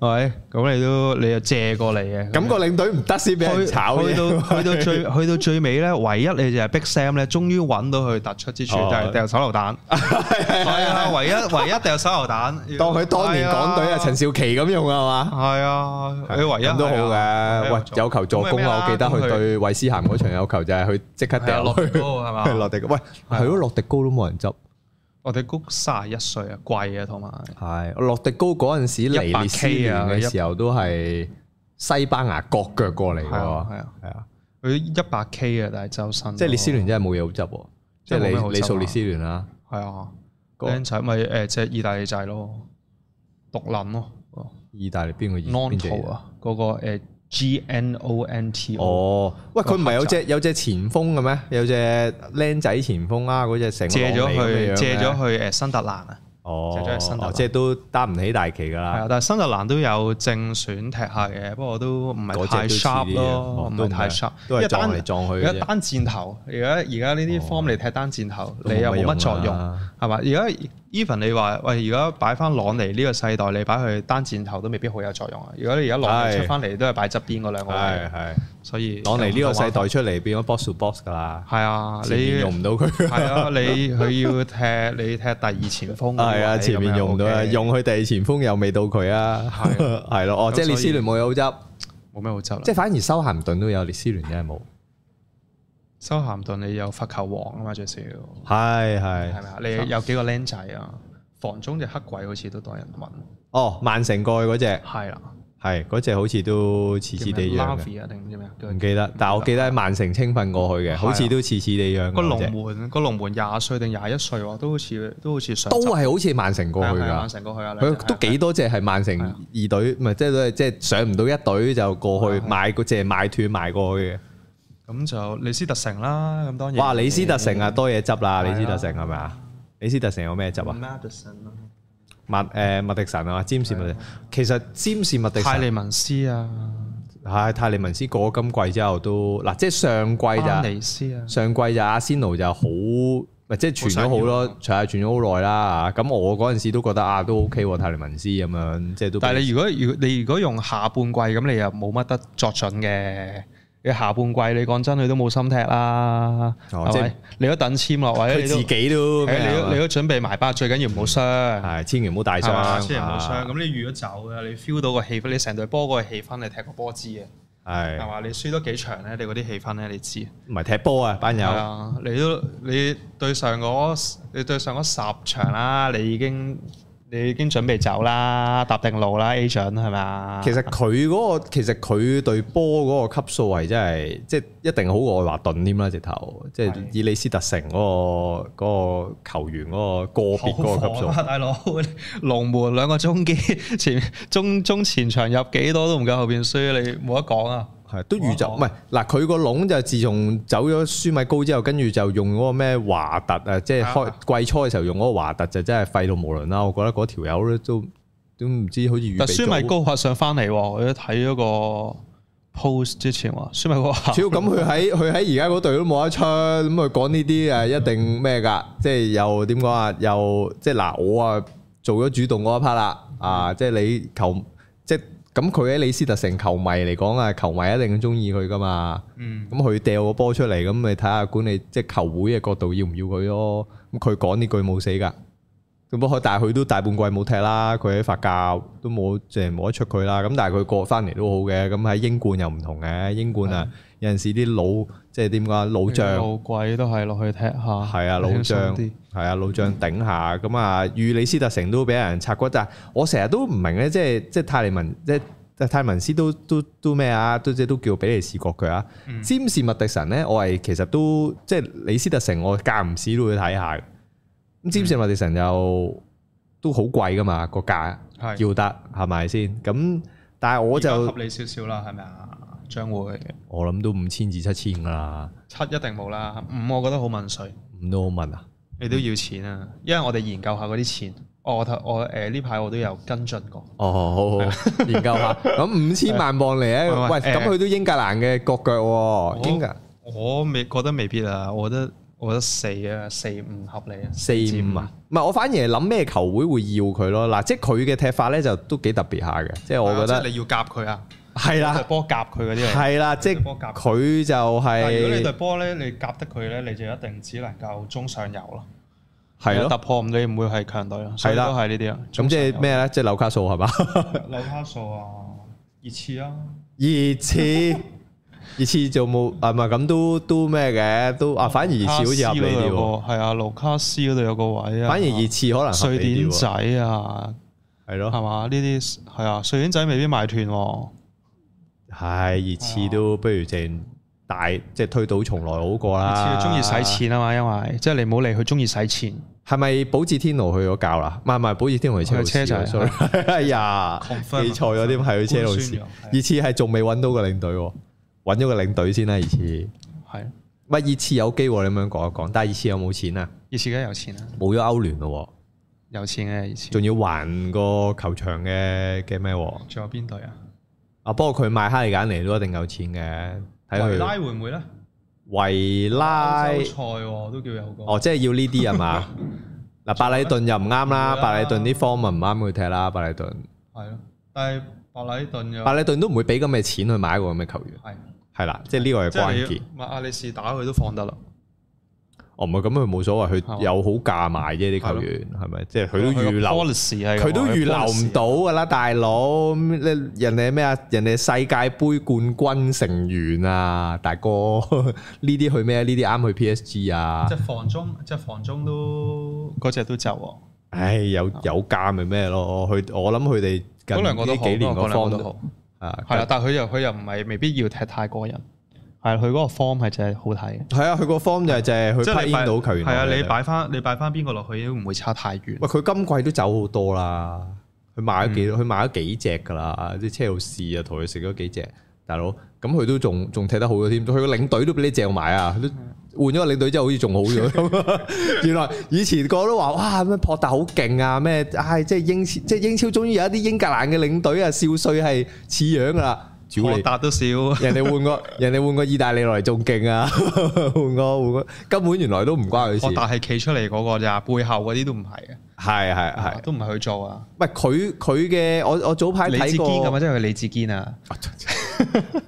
[SPEAKER 2] 係咪？咁你都你又借過嚟嘅，
[SPEAKER 1] 咁個領隊唔得先俾人
[SPEAKER 2] 去
[SPEAKER 1] 炒
[SPEAKER 2] 去
[SPEAKER 1] 啫。
[SPEAKER 2] 到去到最去到最尾咧，唯一你就係 Big Sam 咧，終於揾到佢突出之處，
[SPEAKER 1] 哦
[SPEAKER 2] 就係掉手榴 彈。係啊，唯一唯一掉手榴彈，
[SPEAKER 1] 當佢當年港隊啊陳少琪咁用啊嘛，
[SPEAKER 2] 係啊，佢唯一
[SPEAKER 1] 咁都好
[SPEAKER 2] 係啊
[SPEAKER 1] 嘅。喂，有球助攻啊！我記得佢對韋斯咸嗰場有球就係佢即刻
[SPEAKER 2] 係啊
[SPEAKER 1] 掉
[SPEAKER 2] 落
[SPEAKER 1] 去
[SPEAKER 2] 地高係
[SPEAKER 1] 係
[SPEAKER 2] 嘛？
[SPEAKER 1] 落地高，喂，係咯，落地高都冇人執。
[SPEAKER 2] 我哋谷三十一歲啊，貴啊，同埋
[SPEAKER 1] 係落地高嗰陣時嚟列斯聯嘅時候都係西班牙割腳過嚟嘅
[SPEAKER 2] 係啊係
[SPEAKER 1] 喎，
[SPEAKER 2] 啊，
[SPEAKER 1] 係啊，
[SPEAKER 2] 佢一百 K 啊，但係周身
[SPEAKER 1] 即係列斯聯真係冇嘢好執喎，即
[SPEAKER 2] 真係冇咩
[SPEAKER 1] 係
[SPEAKER 2] 好
[SPEAKER 1] 你
[SPEAKER 2] 執啊
[SPEAKER 1] 你數列斯聯啦，
[SPEAKER 2] 係啊，
[SPEAKER 1] 嗰
[SPEAKER 2] 僆仔咪誒即係意大利仔咯，獨撚咯
[SPEAKER 1] 意大利邊個意邊隻
[SPEAKER 2] ，Nonto 啊，嗰個誒 G N O N T O
[SPEAKER 1] 哦，喂，佢唔係有隻有隻前鋒嘅咩？有隻僆仔前鋒啊，嗰隻成個
[SPEAKER 2] 借咗
[SPEAKER 1] 狼嚟咁樣
[SPEAKER 2] 去
[SPEAKER 1] 嘅
[SPEAKER 2] 借咗去誒新特蘭啊。
[SPEAKER 1] 哦
[SPEAKER 2] 借咗去新特，蘭
[SPEAKER 1] 哦即係都擔唔起大旗㗎
[SPEAKER 2] 係
[SPEAKER 1] 啦
[SPEAKER 2] 啊，。但係新特蘭都有正選踢下嘅，不過都唔係
[SPEAKER 1] 嗰隻
[SPEAKER 2] 太
[SPEAKER 1] 都似
[SPEAKER 2] sharp
[SPEAKER 1] 啲
[SPEAKER 2] 咯，
[SPEAKER 1] 嘢
[SPEAKER 2] 唔
[SPEAKER 1] 都
[SPEAKER 2] 係太 sharp，
[SPEAKER 1] 都
[SPEAKER 2] 因為
[SPEAKER 1] 係撞
[SPEAKER 2] 單
[SPEAKER 1] 嚟撞去
[SPEAKER 2] 而
[SPEAKER 1] 嘅哦
[SPEAKER 2] 家
[SPEAKER 1] 啫
[SPEAKER 2] 單箭頭，而家而家呢啲 form 嚟踢單箭頭，你又冇乜作用
[SPEAKER 1] 啊
[SPEAKER 2] 係嘛？而家 even 你話喂，而家擺翻朗尼呢個世代，你擺佢單箭頭都未必好有作用啊！如果你而家朗尼
[SPEAKER 1] 係
[SPEAKER 2] 出翻嚟都係啊擺側邊嗰兩個位
[SPEAKER 1] 係，係，
[SPEAKER 2] 所以
[SPEAKER 1] 朗尼呢個世
[SPEAKER 2] 代
[SPEAKER 1] 代出嚟變咗 box to box 㗎啦，
[SPEAKER 2] 係啊，
[SPEAKER 1] 前面
[SPEAKER 2] 你
[SPEAKER 1] 用唔到佢。
[SPEAKER 2] 係啊，你佢要踢你踢第二前鋒嗰個 位
[SPEAKER 1] 係啊，
[SPEAKER 2] 嗯咁
[SPEAKER 1] 前面
[SPEAKER 2] 樣
[SPEAKER 1] 用到啊，
[SPEAKER 2] ，OK
[SPEAKER 1] 用佢第二前鋒又未到佢啊，
[SPEAKER 2] 係
[SPEAKER 1] 係咯，哦，
[SPEAKER 2] 咁
[SPEAKER 1] 即係列
[SPEAKER 2] 所以
[SPEAKER 1] 斯聯冇有執，
[SPEAKER 2] 冇咩好執啦
[SPEAKER 1] 即。係反而修咸頓都有，列斯聯真係冇，
[SPEAKER 2] 修咸頓你有罰球王啊嘛，最少係
[SPEAKER 1] 係係，
[SPEAKER 2] 咪啊？你有幾個僆仔啊？防中隻黑鬼好似都多人揾，
[SPEAKER 1] 哦，曼城過去嗰只
[SPEAKER 2] 係啦，
[SPEAKER 1] 係嗰只好似都似似地
[SPEAKER 2] 拉
[SPEAKER 1] 樣嘅，
[SPEAKER 2] 菲啊定唔知咩啊？
[SPEAKER 1] 唔記得，但係我記得喺曼城青訓過去嘅，
[SPEAKER 2] 啊
[SPEAKER 1] 好似都似似地樣嘅
[SPEAKER 2] 個
[SPEAKER 1] 嗰
[SPEAKER 2] 龍
[SPEAKER 1] 隻，
[SPEAKER 2] 門個龍門廿歲定廿一歲喎，都好似都好似上
[SPEAKER 1] 都
[SPEAKER 2] 集
[SPEAKER 1] 係好似曼城過去
[SPEAKER 2] 係啊係啊
[SPEAKER 1] 㗎
[SPEAKER 2] 曼。城過去啊，
[SPEAKER 1] 佢
[SPEAKER 2] 兩隻
[SPEAKER 1] 都
[SPEAKER 2] 係啊
[SPEAKER 1] 幾多隻係曼城
[SPEAKER 2] 係
[SPEAKER 1] 二
[SPEAKER 2] 啊
[SPEAKER 1] 隊，唔係即係都係即係上唔到一隊就過
[SPEAKER 2] 係
[SPEAKER 1] 去
[SPEAKER 2] 啊
[SPEAKER 1] 買嗰隻買斷買過去嘅。
[SPEAKER 2] 咁就李斯特城啦，咁當然
[SPEAKER 1] 哇！李斯特城啊，多嘢執啦！
[SPEAKER 2] 係
[SPEAKER 1] 李
[SPEAKER 2] 啊
[SPEAKER 1] 斯特城係咪啊？李斯特城有咩執啊？
[SPEAKER 2] Madison 啦，
[SPEAKER 1] 麥誒麥迪神啊，詹士麥迪，其實詹士麥迪
[SPEAKER 2] 泰利
[SPEAKER 1] 神，
[SPEAKER 2] 文斯啊，
[SPEAKER 1] 係泰利文斯過咗今季之後都嗱，即係上
[SPEAKER 2] 班
[SPEAKER 1] 季
[SPEAKER 2] 尼斯啊
[SPEAKER 1] 就，上季就阿仙奴就好，咪即係傳咗好
[SPEAKER 2] 好啊
[SPEAKER 1] 咯
[SPEAKER 2] 想要，
[SPEAKER 1] 傳下傳咗好耐啦。咁我嗰陣時都覺得啊，都 OK 喎，泰利文斯咁樣，即係都。
[SPEAKER 2] 但係你如果如果你如果用下半季咁，你又冇乜得作準嘅。你下半季你講真，你都冇心踢啦，
[SPEAKER 1] 哦
[SPEAKER 2] 係
[SPEAKER 1] 即係
[SPEAKER 2] 咪？你都等簽落，或者
[SPEAKER 1] 佢
[SPEAKER 2] 啊你都
[SPEAKER 1] 自己都咩
[SPEAKER 2] 係你
[SPEAKER 1] 啊
[SPEAKER 2] 都你都準備埋巴，最緊要唔好傷，
[SPEAKER 1] 係千祈唔好大
[SPEAKER 2] 係嘛
[SPEAKER 1] 傷，
[SPEAKER 2] 千祈唔好傷。咁你預咗走嘅，你 feel 到個氣氛，你成隊波嗰個氣氛，你踢個波知嘅，係啊
[SPEAKER 1] 係
[SPEAKER 2] 嘛？你輸多幾場咧，你嗰啲氣氛咧，你知。
[SPEAKER 1] 唔係踢波啊，班
[SPEAKER 2] 係
[SPEAKER 1] 友。
[SPEAKER 2] 啊，你都你對上嗰你對上嗰十場啦，你已經你已經準備走啦，搭定路啦，agent 係咪啊？
[SPEAKER 1] 其實佢嗰、個其實佢對波嗰個級數係真係即係一定好過愛華頓添啦，直頭即係
[SPEAKER 2] 係
[SPEAKER 1] 以李斯特城嗰、個嗰個球員嗰個個別嗰個級
[SPEAKER 2] 好
[SPEAKER 1] 數
[SPEAKER 2] 防啊，大佬，龍門兩個中堅 前中中前場入幾多都唔夠後邊輸，你冇得講啊！
[SPEAKER 1] 係都預就
[SPEAKER 2] 好
[SPEAKER 1] 唔
[SPEAKER 2] 防
[SPEAKER 1] 係嗱，佢個籠就自從走咗舒米高之後，跟住就用嗰個咩華特啊，即係
[SPEAKER 2] 啊
[SPEAKER 1] 開季初嘅時候用嗰個華特就真係廢到無倫啦！我覺得嗰條友咧都都唔知好似預
[SPEAKER 2] 但
[SPEAKER 1] 備
[SPEAKER 2] 舒米
[SPEAKER 1] 組
[SPEAKER 2] 高話上翻嚟喎，我都睇咗個 post 之前話舒米高 話
[SPEAKER 1] 超咁佢喺佢喺而家嗰隊都冇得出，咁佢講呢啲誒一定咩㗎？即係又點講啊？又即係嗱，我啊做咗主動嗰一 part 啦，
[SPEAKER 2] 嗯
[SPEAKER 1] 啊即係你球即係咁佢喺李斯特城球迷嚟講啊，球迷一定中意佢㗎嘛。
[SPEAKER 2] 嗯
[SPEAKER 1] 咁佢掉個波出嚟，咁你睇下管理即係球會嘅角度要唔要佢咯？咁佢講呢句冇死㗎。咁不過但係佢都大半季冇踢啦，佢喺法甲都冇即係冇得出佢啦。咁但係佢過翻嚟都好嘅。咁喺英冠又唔同嘅，英冠啊有陣時啲老即係點講啊老將
[SPEAKER 2] 老鬼都係落去踢下，
[SPEAKER 1] 係啊老
[SPEAKER 2] 輕鬆
[SPEAKER 1] 將
[SPEAKER 2] 啲
[SPEAKER 1] 係啊老將頂下咁啊，與李斯特城都俾人拆骨，但係我成日都唔明咧，即係即係泰利文即係。泰利文斯都都都咩啊？都即係都叫比利時國腳啊！
[SPEAKER 2] 嗯
[SPEAKER 1] 詹士麥迪神咧，我係其實都即係李斯特城，我間唔時都會睇下嘅。咁詹士麥迪神又都好貴噶嘛，個價
[SPEAKER 2] 係
[SPEAKER 1] 叫得係咪先？咁但係我
[SPEAKER 2] 而
[SPEAKER 1] 就
[SPEAKER 2] 家合理少少啦，係咪啊？將會
[SPEAKER 1] 我諗都五千至七千噶啦，
[SPEAKER 2] 七一定冇啦，五我覺得好問水，
[SPEAKER 1] 唔都好問啊！
[SPEAKER 2] 你都要錢啊，因為我哋研究下嗰啲錢，我頭我誒呢排我都有跟進過。
[SPEAKER 1] 哦，好好研究下。咁五千萬磅嚟咧，
[SPEAKER 2] 喂
[SPEAKER 1] 喂，
[SPEAKER 2] 喂
[SPEAKER 1] 咁
[SPEAKER 2] 誒
[SPEAKER 1] 佢都英格蘭嘅國腳
[SPEAKER 2] 好
[SPEAKER 1] 喎，英格蘭
[SPEAKER 2] 我未覺得未必啊，我覺得我覺得四啊四五合理啊，
[SPEAKER 1] 四五啊，唔係我反而係諗咩球會會要佢咯。嗱，即係佢嘅踢法咧就都幾特別下嘅，即係
[SPEAKER 2] 至五，
[SPEAKER 1] 我覺
[SPEAKER 2] 即
[SPEAKER 1] 得
[SPEAKER 2] 係你要夾佢啊，
[SPEAKER 1] 係
[SPEAKER 2] 對
[SPEAKER 1] 啦，
[SPEAKER 2] 波夾佢嗰啲嚟。
[SPEAKER 1] 係啦，即係
[SPEAKER 2] 對波夾
[SPEAKER 1] 佢就
[SPEAKER 2] 但係如果
[SPEAKER 1] 係
[SPEAKER 2] 你對波咧，你夾得佢咧，你就一定只能夠中上游咯。
[SPEAKER 1] 係咯。
[SPEAKER 2] 有突破唔到你唔會係強隊咯，所以
[SPEAKER 1] 係
[SPEAKER 2] 都
[SPEAKER 1] 啦
[SPEAKER 2] 係呢啲啊。
[SPEAKER 1] 咁即係咩咧？即係紐卡素係嘛？
[SPEAKER 2] 中上游？紐卡素啊，熱刺啊，
[SPEAKER 1] 熱 刺，熱刺就冇啊，唔係咁都都咩嘅，都啊反而熱刺好似合理
[SPEAKER 2] 盧卡斯嗰度
[SPEAKER 1] 啲
[SPEAKER 2] 有個
[SPEAKER 1] 喎，
[SPEAKER 2] 係啊，盧卡斯嗰度有個位啊。
[SPEAKER 1] 反而熱刺可能合
[SPEAKER 2] 瑞
[SPEAKER 1] 理
[SPEAKER 2] 典
[SPEAKER 1] 啲
[SPEAKER 2] 仔
[SPEAKER 1] 喎，哦
[SPEAKER 2] 啊，
[SPEAKER 1] 係
[SPEAKER 2] 係
[SPEAKER 1] 咯，
[SPEAKER 2] 嘛？呢啲係啊，瑞典仔未必買斷喎。
[SPEAKER 1] 係熱刺
[SPEAKER 2] 哦
[SPEAKER 1] 都不如淨大即係推倒重來好過
[SPEAKER 2] 熱刺
[SPEAKER 1] 啦。
[SPEAKER 2] 佢中意使，錢啊嘛，因為即係你唔好理佢中意使錢，
[SPEAKER 1] 係咪保治天奴去咗教啦？唔係唔係，保治天奴去車路士
[SPEAKER 2] 去車仔
[SPEAKER 1] 喎，sorry，哎 呀，
[SPEAKER 2] Confirm 啊
[SPEAKER 1] 記錯咗添，係去車路士
[SPEAKER 2] 官宣咗係啊。
[SPEAKER 1] 熱刺係仲未揾到個領隊喎，揾咗個領隊先啦，熱刺。
[SPEAKER 2] 係
[SPEAKER 1] 唔係熱刺有機喎，你咁樣講一講，但係熱刺有冇錢啊？
[SPEAKER 2] 熱刺梗係有錢啦，
[SPEAKER 1] 冇咗歐聯咯喎。
[SPEAKER 2] 有錢嘅熱刺。
[SPEAKER 1] 仲要還個球場嘅嘅咩喎？
[SPEAKER 2] 仲有邊隊啊？
[SPEAKER 1] 啊，不過佢賣哈利簡尼都一定有錢嘅，睇
[SPEAKER 2] 維拉
[SPEAKER 1] 佢
[SPEAKER 2] 會唔會咧？
[SPEAKER 1] 維拉
[SPEAKER 2] 歐洲賽喎都叫有個。
[SPEAKER 1] 哦，即係要呢啲係 嘛？嗱，白禮頓又唔啱啦，
[SPEAKER 2] 唔會啦
[SPEAKER 1] 白禮頓啲 form 唔啱佢踢啦，白禮頓，
[SPEAKER 2] 係咯，但係白禮頓又
[SPEAKER 1] 白禮頓都唔會俾咁嘅錢去買一個咁嘅球員，
[SPEAKER 2] 係，
[SPEAKER 1] 係啦，即係呢個係
[SPEAKER 2] 即係
[SPEAKER 1] 關
[SPEAKER 2] 你
[SPEAKER 1] 鍵。
[SPEAKER 2] 要阿里士打佢都放得啦，
[SPEAKER 1] 哦，唔係咁佢冇所謂，
[SPEAKER 2] 係嘛
[SPEAKER 1] 佢有好價買啫，啲球員係咪？即係佢都預
[SPEAKER 2] 佢個
[SPEAKER 1] 留。
[SPEAKER 2] policy 係
[SPEAKER 1] 佢都預留唔
[SPEAKER 2] 佢 policy
[SPEAKER 1] 到㗎啦，大佬！咁你人哋咩啊？人哋世界盃冠軍成員啊，大哥！ 呢啲去咩？呢啲啱去 PSG 啊
[SPEAKER 2] 即！係房中，即係房中都嗰只都走
[SPEAKER 1] 唉，有有價咪咩咯？佢我諗佢哋
[SPEAKER 2] 喎，嗰兩個
[SPEAKER 1] 近
[SPEAKER 2] 都
[SPEAKER 1] 呢
[SPEAKER 2] 好，
[SPEAKER 1] 幾年
[SPEAKER 2] 嗰
[SPEAKER 1] 個
[SPEAKER 2] 兩
[SPEAKER 1] 方
[SPEAKER 2] 個都好，
[SPEAKER 1] 啊，
[SPEAKER 2] 係啦，但係佢又佢又唔係未必要踢太過人，係佢嗰個 form 係真係好睇嘅，
[SPEAKER 1] 係啊，佢個方就係就係佢
[SPEAKER 2] 即係
[SPEAKER 1] play
[SPEAKER 2] 擺
[SPEAKER 1] in 到球員
[SPEAKER 2] 係啊，
[SPEAKER 1] 落嚟
[SPEAKER 2] 你擺翻你擺翻邊個落去都唔會差太遠，啊
[SPEAKER 1] 喂，佢今季都走好多啦，佢買咗幾，佢、買咗幾隻㗎啦，啲車路士啊，同佢食咗幾隻，大佬，咁佢都仲仲踢得好咗添，佢個領隊都俾你掟埋啊，都換咗個領隊之後好似仲好咗 咁，原來以前個個都話哇咩博達好勁啊，咩唉即係英超即係英超終於有一啲英格蘭嘅領隊啊，少帥係似樣㗎啦，屌
[SPEAKER 2] 我
[SPEAKER 1] 你！
[SPEAKER 2] 達都少，
[SPEAKER 1] 人哋換個人哋換個意大利落嚟仲勁啊， 換個換個根本原來都唔關佢
[SPEAKER 2] 我
[SPEAKER 1] 事，
[SPEAKER 2] 達係企出嚟嗰個咋，背後嗰啲都唔係嘅，
[SPEAKER 1] 係係係。
[SPEAKER 2] 都唔係佢做啊。
[SPEAKER 1] 唔係佢佢嘅，我我早排
[SPEAKER 2] 李
[SPEAKER 1] 睇
[SPEAKER 2] 志堅咁
[SPEAKER 1] 過
[SPEAKER 2] 啊，。即係佢李志堅啊，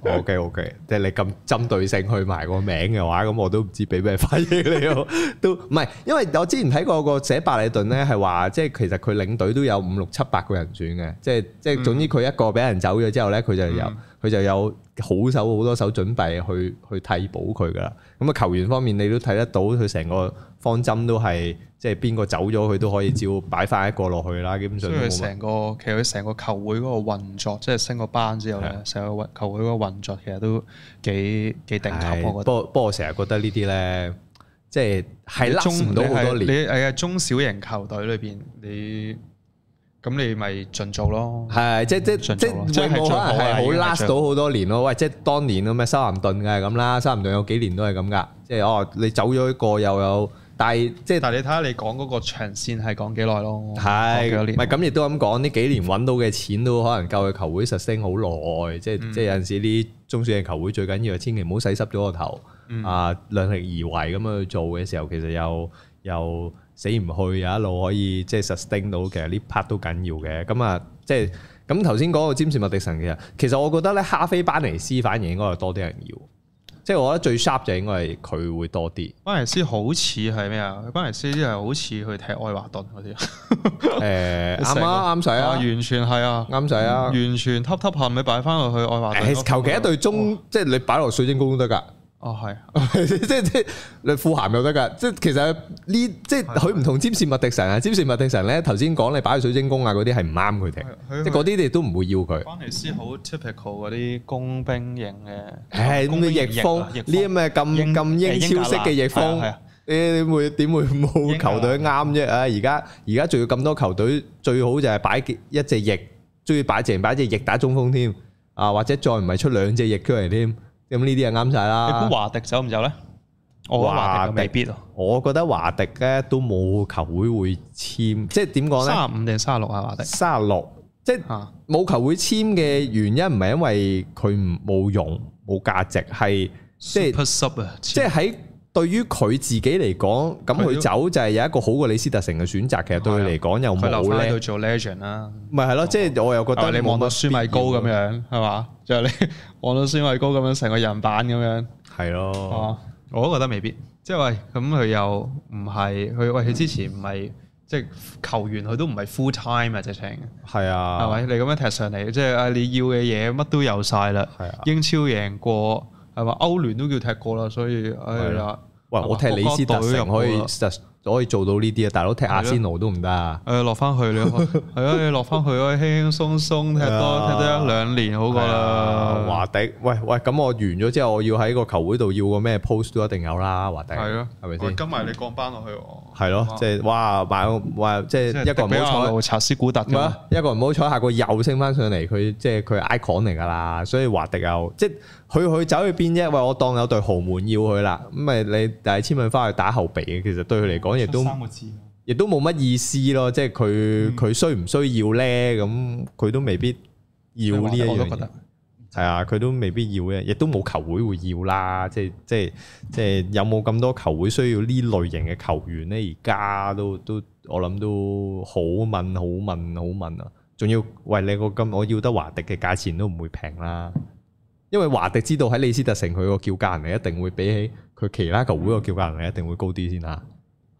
[SPEAKER 1] O K O K，即係你咁針對性去埋個名嘅話，咁我都唔知俾咩反應你咯。都唔係，因為我之前睇過個寫白禮頓咧，係話即係其實佢領隊都有五六七八個人選嘅，即係即係總之佢一個俾人走咗之後咧，佢就有
[SPEAKER 2] 嗯
[SPEAKER 1] 佢就有好手好多手準備去去替補佢噶啦。咁啊球員方面你都睇得到佢成個方針都係即係邊個走咗，佢都可以照擺翻一個落去啦。基本
[SPEAKER 2] 所
[SPEAKER 1] 上都冇
[SPEAKER 2] 以佢
[SPEAKER 1] 乜
[SPEAKER 2] 成個其實佢成個球會嗰個運作，即係升個班之後
[SPEAKER 1] 係
[SPEAKER 2] 咧，成個運球會嗰個運作其實都幾幾頂級，
[SPEAKER 1] 係
[SPEAKER 2] 我
[SPEAKER 1] 不
[SPEAKER 2] 覺得。
[SPEAKER 1] 過不過我成日覺得呢啲咧，即係係
[SPEAKER 2] 中
[SPEAKER 1] 甩唔到好多
[SPEAKER 2] 你係
[SPEAKER 1] 年。
[SPEAKER 2] 你係啊中小型球隊裏邊，你咁你咪盡做咯。
[SPEAKER 1] 係即即
[SPEAKER 2] 盡
[SPEAKER 1] 即
[SPEAKER 2] 做咯
[SPEAKER 1] 會
[SPEAKER 2] 即係
[SPEAKER 1] 冇
[SPEAKER 2] 最
[SPEAKER 1] 可
[SPEAKER 2] 好
[SPEAKER 1] 能係
[SPEAKER 2] 啦已經係啊
[SPEAKER 1] 好 last
[SPEAKER 2] 最
[SPEAKER 1] 到好多年咯。喂，即係當年咁咩修咸頓嘅係咁啦，修咸頓有幾年都係咁噶。即係哦，你走咗一個又有，但係即係
[SPEAKER 2] 但係你睇下你講嗰個長線係講幾耐咯？講幾
[SPEAKER 1] 係，
[SPEAKER 2] 多
[SPEAKER 1] 唔
[SPEAKER 2] 年
[SPEAKER 1] 係咁亦都咁講，呢幾年揾到嘅錢都可能夠佢球會 sustain 好耐，即係、
[SPEAKER 2] 嗯
[SPEAKER 1] 即係有陣時啲中小型球會最緊要係千祈唔好洗濕咗個頭，
[SPEAKER 2] 嗯
[SPEAKER 1] 啊量力而為咁樣去做嘅時候，其實又又死唔去，又一路可以即係 sustain 到，其實呢 part 都緊要嘅。咁啊，即係咁頭先講個詹士麥迪神其實其實我覺得咧，哈菲班尼斯反而應該係多啲人要，即係我覺得最 sharp 就應該係佢會多啲。
[SPEAKER 2] 班尼斯好似係咩啊？班尼斯啲係好似去踢愛華頓嗰
[SPEAKER 1] 誒
[SPEAKER 2] 啲，成
[SPEAKER 1] 啱
[SPEAKER 2] 個
[SPEAKER 1] 啊啱使
[SPEAKER 2] 啊
[SPEAKER 1] 啊
[SPEAKER 2] 完全係啊，
[SPEAKER 1] 啱使啊！
[SPEAKER 2] 完全揼揼下咪擺翻落去愛華頓
[SPEAKER 1] 誒，
[SPEAKER 2] 嗰
[SPEAKER 1] 求其一隊
[SPEAKER 2] 哦
[SPEAKER 1] 中，即係你擺落水晶宮都得噶，
[SPEAKER 2] 哦 係。
[SPEAKER 1] 即係即係你富咸又得噶，即係其實呢，即係佢唔同詹士麥迪神啊，詹士麥迪神咧頭先講你擺去水晶宮啊嗰啲係唔啱佢哋，
[SPEAKER 2] 佢
[SPEAKER 1] 即係嗰啲你都唔會要佢。
[SPEAKER 2] 關尼斯好 typical 嗰啲工兵型嘅，
[SPEAKER 1] 唉，咁
[SPEAKER 2] 工兵
[SPEAKER 1] 你
[SPEAKER 2] 型
[SPEAKER 1] 逆風
[SPEAKER 2] 啊
[SPEAKER 1] 呢
[SPEAKER 2] 逆
[SPEAKER 1] 啲咁嘅咁
[SPEAKER 2] 英
[SPEAKER 1] 咁英超式嘅逆
[SPEAKER 2] 英格蘭
[SPEAKER 1] 風
[SPEAKER 2] 係啊，
[SPEAKER 1] 你點會點會
[SPEAKER 2] 英
[SPEAKER 1] 冇
[SPEAKER 2] 格蘭
[SPEAKER 1] 球隊啱啫？啊，而家而家仲要咁多球隊，最好就係擺一隻翼，中意擺成擺隻翼打中鋒添，啊或者再唔係出兩隻翼出嚟添，咁呢啲就啱晒啦。
[SPEAKER 2] 啊你估華迪走唔走咧？我覺得華迪
[SPEAKER 1] 啊華迪
[SPEAKER 2] 未必啊，
[SPEAKER 1] 我覺得華迪咧都冇球會會簽，即係點講咧？
[SPEAKER 2] 三十五定三十六啊，華迪
[SPEAKER 1] 三十六，即係
[SPEAKER 2] 啊，
[SPEAKER 1] 冇球會簽嘅原因唔係因為佢唔冇用冇價值，係即係
[SPEAKER 2] Super sub 啊，即
[SPEAKER 1] 即係喺對於佢自己嚟講，咁
[SPEAKER 2] 佢
[SPEAKER 1] 佢
[SPEAKER 2] 都
[SPEAKER 1] 走就係有一個好過李斯特城嘅選擇。其實對佢嚟講又
[SPEAKER 2] 啊佢留
[SPEAKER 1] 冇
[SPEAKER 2] 翻喺
[SPEAKER 1] 咧
[SPEAKER 2] 度，做 legend 啦。
[SPEAKER 1] 咪係咯？即係我又覺
[SPEAKER 2] 但
[SPEAKER 1] 得
[SPEAKER 2] 係你望到舒米高咁
[SPEAKER 1] 樣，
[SPEAKER 2] 樣係嘛？就係你 望到舒米高咁樣成個人版咁樣，
[SPEAKER 1] 係咯，
[SPEAKER 2] 哦，我都覺得未必。即係喂，咁佢又唔係佢
[SPEAKER 1] 嗯
[SPEAKER 2] 喂佢之前唔係即係球員，佢都唔係 full time 啊，直情。
[SPEAKER 1] 係
[SPEAKER 2] 係
[SPEAKER 1] 啊，
[SPEAKER 2] 咪？你咁樣踢上嚟，即係啊，你要嘅嘢乜都有晒啦。
[SPEAKER 1] 係啊
[SPEAKER 2] 英超贏過，係嘛？歐聯都叫踢過啦，所以哎唉
[SPEAKER 1] 係啊
[SPEAKER 2] 啦。
[SPEAKER 1] 喂，
[SPEAKER 2] 係嘛
[SPEAKER 1] 我踢李斯特城可以
[SPEAKER 2] 國家隊入過
[SPEAKER 1] 實可以做到呢啲啊，大佬踢阿仙奴都唔得啊！
[SPEAKER 2] 誒哎落翻去你 可係啊，你落翻去可以輕輕鬆鬆踢
[SPEAKER 1] 係
[SPEAKER 2] 多
[SPEAKER 1] 啊
[SPEAKER 2] 踢多一兩年好過
[SPEAKER 1] 啊
[SPEAKER 2] 啦。
[SPEAKER 1] 華迪，喂喂，咁我完咗之後，我要喺個球會度要個咩 post 都一定有啦，華迪，
[SPEAKER 2] 係咯，
[SPEAKER 1] 係咪
[SPEAKER 2] 喂
[SPEAKER 1] 先？
[SPEAKER 2] 跟埋你降班落去喎。
[SPEAKER 1] 係咯，即係哇，買哇，即係一個
[SPEAKER 2] 比
[SPEAKER 1] 唔好
[SPEAKER 2] 亞
[SPEAKER 1] 彩，
[SPEAKER 2] 路查斯古特
[SPEAKER 1] 唔係啊一個唔好彩，下個又升翻上嚟，佢即係佢 icon 嚟㗎啦，所以華迪又即係佢佢走去邊啫？喂，我當有隊豪門要佢啦，咁咪你但係簽佢翻去打後備嘅，其實對佢嚟講亦都
[SPEAKER 2] 個字。
[SPEAKER 1] 亦都冇乜意思咯，即係佢
[SPEAKER 2] 嗯
[SPEAKER 1] 佢需唔需要咧？咁佢都未必要呢一
[SPEAKER 2] 我都
[SPEAKER 1] 樣
[SPEAKER 2] 覺
[SPEAKER 1] 嘢
[SPEAKER 2] 得。
[SPEAKER 1] 係啊，佢都未必要嘅，亦都冇球會會要啦。即係即係即係有冇咁多球會需要呢類型嘅球員咧？而家都都我諗都好問好問好問啊！仲要喂你個咁，我要得華迪嘅價錢都唔會平啦。因為華迪知道喺李斯特城佢個叫價能力一定會比起佢其他球會個叫價能力一定會高啲先啊啦，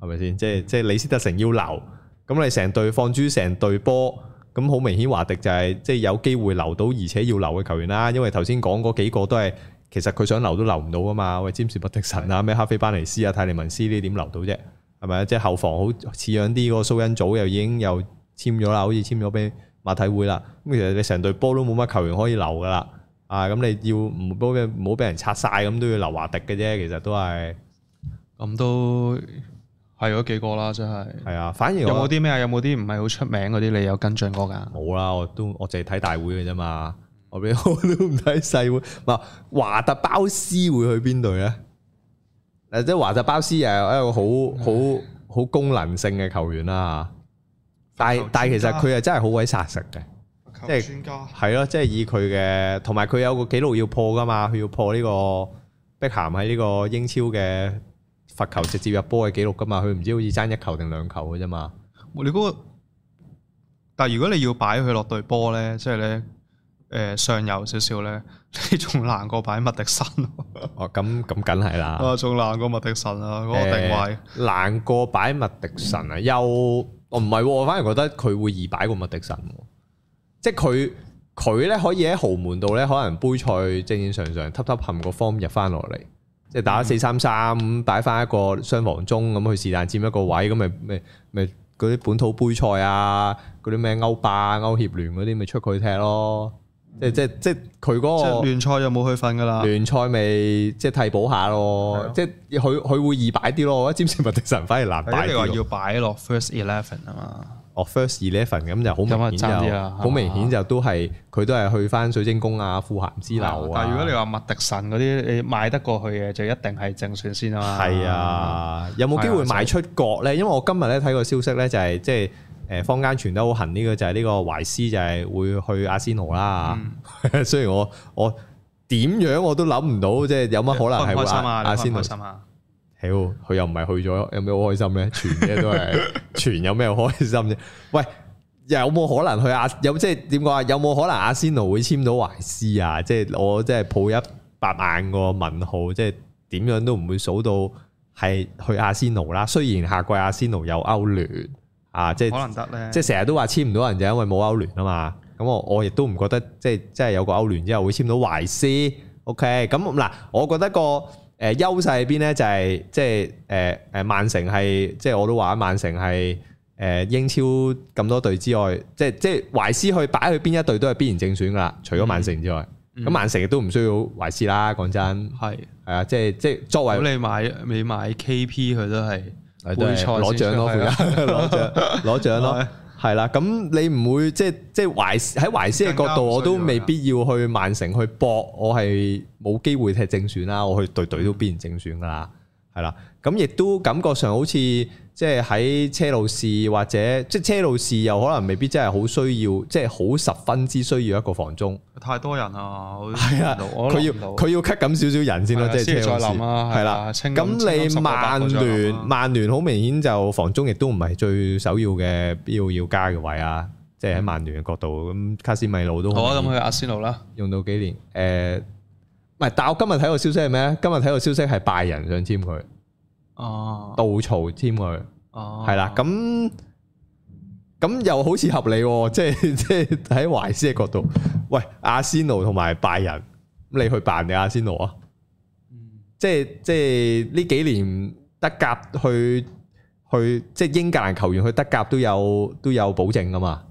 [SPEAKER 1] 係咪先？即係即係李斯特城要留，咁你成隊放諸成隊波，咁好明顯華迪就係即係有機會留到而且要留嘅球員啦。因為頭先講嗰幾個都係其實佢想留都留唔到噶嘛，喂詹士麥迪臣
[SPEAKER 2] 嗯
[SPEAKER 1] 啊、咩哈菲班尼斯啊、泰利文斯呢啲點留到啫？係咪啊？即係後防好似樣啲嗰個蘇恩祖又已經又簽咗啦，好似簽咗俾馬體會啦。咁其實你成隊波都冇乜球員可以留噶啦。啊，咁你要唔好俾唔好俾人拆晒，咁都要留華迪嘅啫。其實都係
[SPEAKER 2] 咁都係嗰幾個啦，真係。
[SPEAKER 1] 係啊，反而
[SPEAKER 2] 有冇
[SPEAKER 1] 我
[SPEAKER 2] 啲咩啊？有冇啲唔係好出名嗰啲？你有跟進過㗎？
[SPEAKER 1] 冇啦，我都我淨係睇大會嘅啫嘛。我俾 我都唔睇細會。唔係華特包斯會去邊隊咧？誒，即係華特包斯又係一個好好好功能性嘅球員啦。但係但係其實佢係真係好鬼殺食嘅。即係
[SPEAKER 2] 專家
[SPEAKER 1] 係咯，即係以佢嘅，同埋佢有個紀錄要破噶嘛，佢要破呢個碧咸喺呢個英超嘅罰球直接入波嘅紀錄噶嘛，佢唔知好似爭一球定兩球嘅啫嘛。
[SPEAKER 2] 你嗰個，但係如果你要擺佢落對波咧，即係咧，誒上游少少咧， 你仲難過擺麥迪神
[SPEAKER 1] 哦，咁咁梗係啦，
[SPEAKER 2] 啊，仲難過麥迪神啊，嗰個定位
[SPEAKER 1] 誒難過擺麥迪神啊，又哦唔係喎，我反而覺得佢會易擺過麥迪神喎，即係佢佢咧可以喺豪門度咧，可能杯賽正正常常揼揼冚個 form 入翻落嚟，即係
[SPEAKER 2] 嗯
[SPEAKER 1] 打四三三咁擺翻一個雙防中咁，佢是但佔一個位咁，咪咪咪嗰啲本土杯賽啊，嗰啲咩歐霸、歐協聯嗰啲咪出佢踢咯。即係即係即係佢
[SPEAKER 2] 即係
[SPEAKER 1] 嗰
[SPEAKER 2] 聯賽就冇去瞓噶啦
[SPEAKER 1] 個。聯賽咪即係替補下
[SPEAKER 2] 啊係
[SPEAKER 1] 咯
[SPEAKER 2] 啊，
[SPEAKER 1] 即係佢佢會易擺啲咯。我覺得占士麥迪神反而難
[SPEAKER 2] 或者
[SPEAKER 1] 擺
[SPEAKER 2] 啊你話
[SPEAKER 1] 啲
[SPEAKER 2] 要
[SPEAKER 1] 咯。
[SPEAKER 2] 擺落 first eleven 啊嘛，
[SPEAKER 1] 哦，first eleven 咁就好
[SPEAKER 2] 咁啊
[SPEAKER 1] 明顯
[SPEAKER 2] 爭啲
[SPEAKER 1] 就
[SPEAKER 2] 啦係嘛
[SPEAKER 1] 好明顯就都係佢都係去翻水晶宮啊、富咸之流啊。
[SPEAKER 2] 但係如果你話麥迪神嗰啲，你賣得過去嘅就一定係正選先啊嘛。
[SPEAKER 1] 係，啊，有冇機會賣出國咧？因為我今日咧睇個消息咧，就係即係誒坊間傳得好痕呢個就係呢個懷斯就係會去阿仙奴啦。
[SPEAKER 2] 嗯
[SPEAKER 1] 雖然我我點樣我都諗唔到，即係有乜可能係
[SPEAKER 2] 開
[SPEAKER 1] 會
[SPEAKER 2] 唔開心啊？
[SPEAKER 1] 阿阿
[SPEAKER 2] 你開
[SPEAKER 1] 仙
[SPEAKER 2] 唔
[SPEAKER 1] 奴
[SPEAKER 2] 開？心啊？
[SPEAKER 1] 屌，佢又唔係去咗，有咩好開心 咧？傳嘅都 係傳，有咩好開心啫？喂，有冇可能去阿有即係點講啊？有冇可能阿仙奴會簽到懷斯啊？即係我即係抱一百萬個問號，即係點樣都唔會數到係去阿仙奴啦。雖然下季阿仙奴有歐聯啊，即
[SPEAKER 2] 可
[SPEAKER 1] 係
[SPEAKER 2] 能得咧，
[SPEAKER 1] 即係成日都話簽唔到人就因為冇歐聯啊嘛。咁我我亦都唔覺得即係即係有個歐聯之後會簽到懷斯。OK，咁嗱，我覺得個誒、呃、優勢喺邊咧，就係、即係誒誒曼城係即係我都話曼城係誒、呃英超咁多隊之外，即係即係懷斯去擺去邊一隊都係必然正選噶啦，除咗曼城之外。
[SPEAKER 2] 嗯
[SPEAKER 1] 咁、曼城亦都唔需要懷斯啦，講真
[SPEAKER 2] 係。
[SPEAKER 1] 係啊，即係即係作為
[SPEAKER 2] 咁你買你買 KP 佢都係
[SPEAKER 1] 係
[SPEAKER 2] 杯賽
[SPEAKER 1] 攞獎咯，
[SPEAKER 2] 先出啊
[SPEAKER 1] 附加攞獎 攞獎咯
[SPEAKER 2] 係，
[SPEAKER 1] 係啦。咁你唔會即係即係懷斯喺懷斯嘅角度，我都未
[SPEAKER 2] 啊
[SPEAKER 1] 必要去曼城去搏，我係冇機會踢正選啦，我去隊隊都必然正選噶啦，係啦。咁亦都感覺上好似即係喺車路士或者即係車路士又可能未必真係好需要，即係好十分之需要一個防中。
[SPEAKER 2] 太多人啊，
[SPEAKER 1] 係
[SPEAKER 2] 係
[SPEAKER 1] 啊，佢要佢要 cut 咁少少人先咯，
[SPEAKER 2] 係啊
[SPEAKER 1] 即係
[SPEAKER 2] 先至
[SPEAKER 1] 車路士
[SPEAKER 2] 再諗啊
[SPEAKER 1] 係
[SPEAKER 2] 係
[SPEAKER 1] 啦。
[SPEAKER 2] 啊清咁
[SPEAKER 1] 咁你
[SPEAKER 2] 清咁
[SPEAKER 1] 曼
[SPEAKER 2] 十個八個再
[SPEAKER 1] 聯
[SPEAKER 2] 諗啊
[SPEAKER 1] 曼聯好明顯就防中亦都唔係最首要嘅必要要加嘅位啊，即係喺曼聯嘅角度，咁卡斯米路都
[SPEAKER 2] 嗯好
[SPEAKER 1] 好
[SPEAKER 2] 啊，咁
[SPEAKER 1] 明
[SPEAKER 2] 去
[SPEAKER 1] 顯
[SPEAKER 2] 阿仙奴啦，
[SPEAKER 1] 用到幾年誒。唔係，但我今日睇個消息係咩咧？今日睇個消息係拜仁想簽佢，
[SPEAKER 2] 哦
[SPEAKER 1] 杜曹簽佢，
[SPEAKER 2] 哦，
[SPEAKER 1] 係啦。咁咁又好似合理 喎，即係即係喺懷斯嘅角度，喂，阿仙奴同埋拜仁，咁你去扮你阿仙奴啊？
[SPEAKER 2] 嗯
[SPEAKER 1] 即係即係呢幾年德甲去去即係英格蘭球員去德甲都有都有保證噶嘛，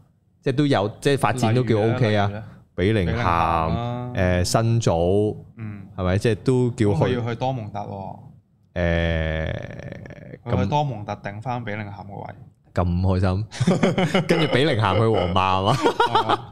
[SPEAKER 1] 即係都有即係發展都叫 O K 啊
[SPEAKER 2] 例如，呢，
[SPEAKER 1] 比寧
[SPEAKER 2] 比寧咸
[SPEAKER 1] 咸
[SPEAKER 2] 啊
[SPEAKER 1] 誒新組
[SPEAKER 2] 嗯，
[SPEAKER 1] 係咪即係都叫
[SPEAKER 2] 咁佢
[SPEAKER 1] 去
[SPEAKER 2] 要去多蒙特喎，
[SPEAKER 1] 誒
[SPEAKER 2] 佢去
[SPEAKER 1] 咁
[SPEAKER 2] 多蒙特頂翻比寧咸嘅位，
[SPEAKER 1] 咁開心，跟住比寧咸去皇馬係啊嘛？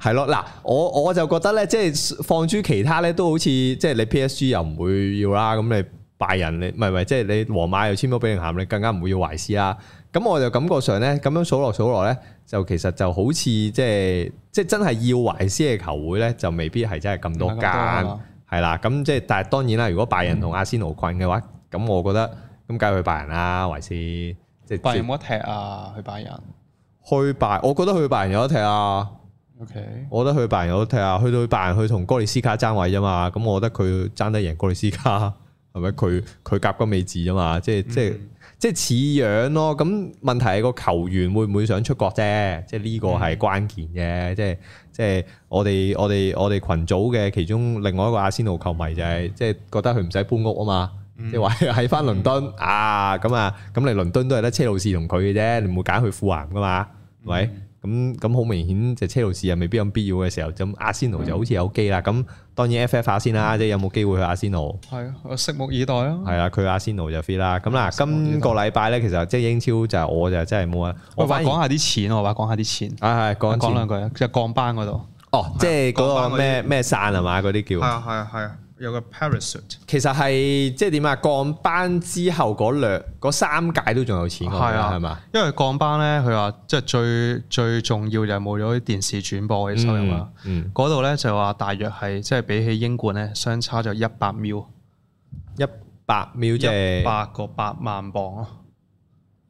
[SPEAKER 1] 係咯，嗱，我我就覺得咧，即係放諸其他咧，都好似即係你 P S G 又唔會要啦，咁你拜仁你唔係唔係，即係你皇馬又簽咗比寧咸，你更加唔會要懷斯啦。咁我就感覺上咧，咁樣數落數落咧，就其實就好似即係即係真係要懷斯嘅球會咧，就未必係真係咁多
[SPEAKER 2] 唔係
[SPEAKER 1] 間
[SPEAKER 2] 咁多啊嘛
[SPEAKER 1] 係啦。咁即係但係當然啦，如果拜仁同阿仙奴困嘅話，咁我覺得咁梗係去拜仁啦，懷斯即係
[SPEAKER 2] 拜仁冇得踢啊，去拜仁
[SPEAKER 1] 去拜，我覺得去拜仁有得踢啊。
[SPEAKER 2] ，OK，
[SPEAKER 1] 我覺得去拜仁有得睇啊下，去到去拜仁去同哥利斯卡爭位啫嘛，咁我覺得佢爭得贏哥利斯卡， 係咪？佢佢夾個尾字啫嘛，即係即係即係似樣咯。咁問題係個球員會唔會想出國啫？即係呢個係關鍵嘅，即係即係我哋我哋我哋群組嘅其中另外一個阿仙奴球迷就係即係覺得佢唔使搬屋啊嘛。即係話喺翻倫敦啊，咁啊，咁你倫敦都係得車路士同佢嘅啫，你唔會揀去富咸噶嘛，係咪？咁咁好明顯就車路士又未必咁必要嘅時候，咁阿仙奴就好似有機啦。咁當然 FF 下先啦，即係有冇機會去阿仙奴？
[SPEAKER 2] 係啊，我拭目以待啊。
[SPEAKER 1] 係啦，佢阿仙奴就 fit 啦。咁嗱，今個禮拜咧，其實即係英超就我就真係冇乜，
[SPEAKER 2] 我
[SPEAKER 1] 我
[SPEAKER 2] 話
[SPEAKER 1] 反
[SPEAKER 2] 講
[SPEAKER 1] 而
[SPEAKER 2] 下啲錢，我話講下啲錢，
[SPEAKER 1] 啊係講
[SPEAKER 2] 講
[SPEAKER 1] 講
[SPEAKER 2] 兩句啊，就降班嗰度。
[SPEAKER 1] 哦，即係嗰
[SPEAKER 2] 講
[SPEAKER 1] 個
[SPEAKER 2] 返
[SPEAKER 1] 咩
[SPEAKER 2] 嗰
[SPEAKER 1] 咩散係嘛嗰啲叫，
[SPEAKER 2] 啊係啊係啊，有個 parachute。
[SPEAKER 1] 其實係即係點啊？降班之後嗰兩嗰三屆都仲有錢㗎
[SPEAKER 2] 係啊
[SPEAKER 1] 係嘛？
[SPEAKER 2] 因為降班咧，佢話即係最最重要就係冇咗啲電視轉播嘅收入啊啦。
[SPEAKER 1] 嗯，
[SPEAKER 2] 嗰度咧就話大約係即係比起英冠咧相差咗一百秒，
[SPEAKER 1] 嗯一百秒即係
[SPEAKER 2] 一百個八萬磅咯。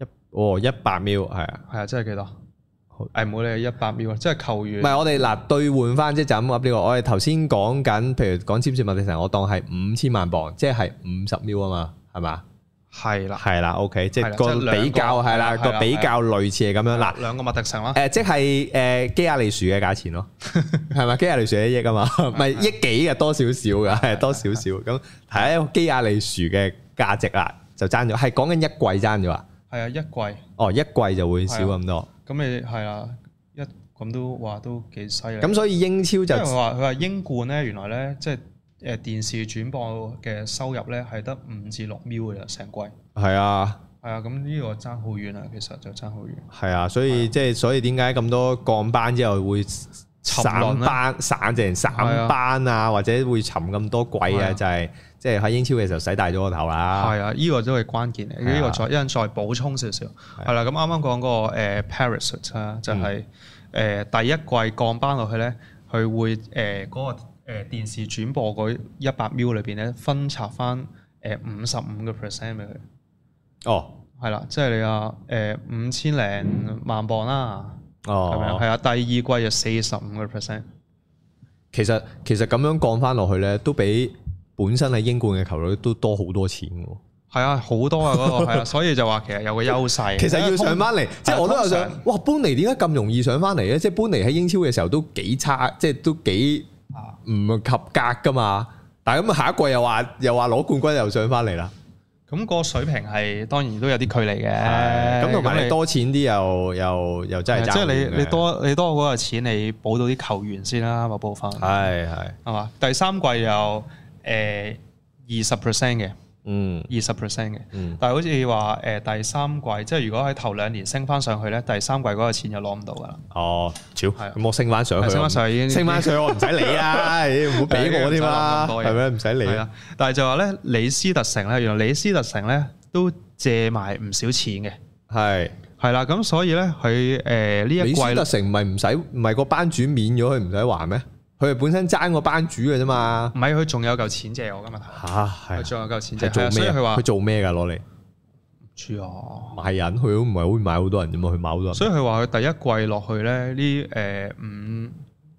[SPEAKER 1] 一哦一百秒係啊。
[SPEAKER 2] 係啊，即係幾多
[SPEAKER 1] 好？
[SPEAKER 2] 誒冇理一百秒，即係球員
[SPEAKER 1] 唔係我哋嗱兌換翻即係就咁噏呢個，我哋頭先講緊，譬如講簽署麥迪臣，我當係五千萬磅，即係五十 mil 啊嘛，係嘛？
[SPEAKER 2] 係啦，
[SPEAKER 1] 係啦，OK，即
[SPEAKER 2] 係
[SPEAKER 1] 係
[SPEAKER 2] 啦
[SPEAKER 1] 個
[SPEAKER 2] 即係兩個
[SPEAKER 1] 比較係啦，啊
[SPEAKER 2] 係啦
[SPEAKER 1] 個
[SPEAKER 2] 係啦
[SPEAKER 1] 比較類似係咁樣嗱。
[SPEAKER 2] 兩個麥迪臣啦，
[SPEAKER 1] 誒，即係誒基亞利樹嘅價錢 咯，係咪？基亞利樹一億啊 嘛，唔係億幾嘅多少少 嘅，係多少少咁。睇基亞利樹嘅價值啦，就爭咗，係講緊一季爭咗啊！
[SPEAKER 2] 係啊，一季。
[SPEAKER 1] 哦，一季就會少咁多，
[SPEAKER 2] 咁你係啦，一咁都話都幾犀利。
[SPEAKER 1] 咁所以英超
[SPEAKER 2] 因為
[SPEAKER 1] 就
[SPEAKER 2] 佢話佢話英冠咧，原來咧即係誒電視轉播嘅收入咧係得五至六秒嘅啫，成季。
[SPEAKER 1] 係啊。
[SPEAKER 2] 係啊，咁呢個爭好遠啊，其實就爭好遠。
[SPEAKER 1] 係啊，所以即係所以點解咁多降班之後會
[SPEAKER 2] 沉
[SPEAKER 1] 散
[SPEAKER 2] 淪啊呢
[SPEAKER 1] 班、散成散班啊，或者會沉咁多季
[SPEAKER 2] 係
[SPEAKER 1] 啊，
[SPEAKER 2] 啊
[SPEAKER 1] 就係即係喺英超嘅時候洗大咗個頭啦。
[SPEAKER 2] 係啊，呢個都係關鍵嚟，
[SPEAKER 1] 係啊
[SPEAKER 2] 呢個再一陣再補充少少。係啦，咁啱啱講嗰個誒 Paris 啊，就
[SPEAKER 1] 嗯
[SPEAKER 2] 係誒第一季降班落去咧，佢會誒嗰個誒電視轉播嗰一百 m 裏邊咧分拆翻誒五十五個 percent 俾佢。
[SPEAKER 1] 哦
[SPEAKER 2] 係啦，即係你話誒五千零萬磅啦，咁樣
[SPEAKER 1] 哦，
[SPEAKER 2] 係啊，第二季就四十五個 percent，
[SPEAKER 1] 其實其實咁樣降翻落去咧，都比本身喺英冠嘅球隊都多好多錢嘅喎。
[SPEAKER 2] 係啊，好多啊嗰個係啦，所以就話其實有個優勢。
[SPEAKER 1] 其實要上翻嚟，即係我都有想
[SPEAKER 2] 通，
[SPEAKER 1] 哇！班尼點解咁容易上翻嚟咧？即係班尼喺英超嘅時候都幾差，即係都幾
[SPEAKER 2] 啊
[SPEAKER 1] 唔及格噶嘛。但係咁下一季又話又話攞冠軍又上翻嚟啦。
[SPEAKER 2] 咁個水平係當然都有啲距離嘅，
[SPEAKER 1] 咁同埋
[SPEAKER 2] 你
[SPEAKER 1] 你多錢啲又又又真係
[SPEAKER 2] 即係
[SPEAKER 1] 爭遠
[SPEAKER 2] 你
[SPEAKER 1] 嘅
[SPEAKER 2] 你多你多嗰個錢，你補到啲球員先啦，某部分係
[SPEAKER 1] 係係
[SPEAKER 2] 嘛？第三季有誒二十 percent 嘅，
[SPEAKER 1] 嗯
[SPEAKER 2] 二十 percent 嘅，
[SPEAKER 1] 嗯
[SPEAKER 2] 但係好似話誒第三季，即係如果喺頭兩年升翻上去咧，第三季嗰個錢就攞唔到㗎啦。
[SPEAKER 1] 哦，超
[SPEAKER 2] 係啊
[SPEAKER 1] 咁我升翻上去，
[SPEAKER 2] 升返上去已經
[SPEAKER 1] 升翻上去我唔使理 啦，你唔好俾我添啦，
[SPEAKER 2] 唔使諗咁多嘢
[SPEAKER 1] 係咪唔使理
[SPEAKER 2] 係
[SPEAKER 1] 啊？
[SPEAKER 2] 啊，但係就話咧，李斯特城咧，原來李斯特城咧都借埋唔少錢嘅，
[SPEAKER 1] 係
[SPEAKER 2] 係啦，咁所以咧佢誒呢一
[SPEAKER 1] 李
[SPEAKER 2] 季
[SPEAKER 1] 斯特城唔係唔使唔係個班主免咗佢唔使還咩？佢係本身爭個班主嘅啫嘛
[SPEAKER 2] 唔係佢仲有嚿錢借我㗎嘛，
[SPEAKER 1] 嚇係
[SPEAKER 2] 佢
[SPEAKER 1] 啊
[SPEAKER 2] 仲有嚿錢借，
[SPEAKER 1] 係
[SPEAKER 2] 係啊
[SPEAKER 1] 做
[SPEAKER 2] 所以
[SPEAKER 1] 咩
[SPEAKER 2] 佢
[SPEAKER 1] 啊？
[SPEAKER 2] 話
[SPEAKER 1] 佢做咩㗎攞嚟
[SPEAKER 2] 住啊，
[SPEAKER 1] 買人？佢都唔係會買好多人啫嘛，佢買好多人。
[SPEAKER 2] 所以佢話佢第一季落去咧呢誒五
[SPEAKER 1] 呢係
[SPEAKER 2] 呢係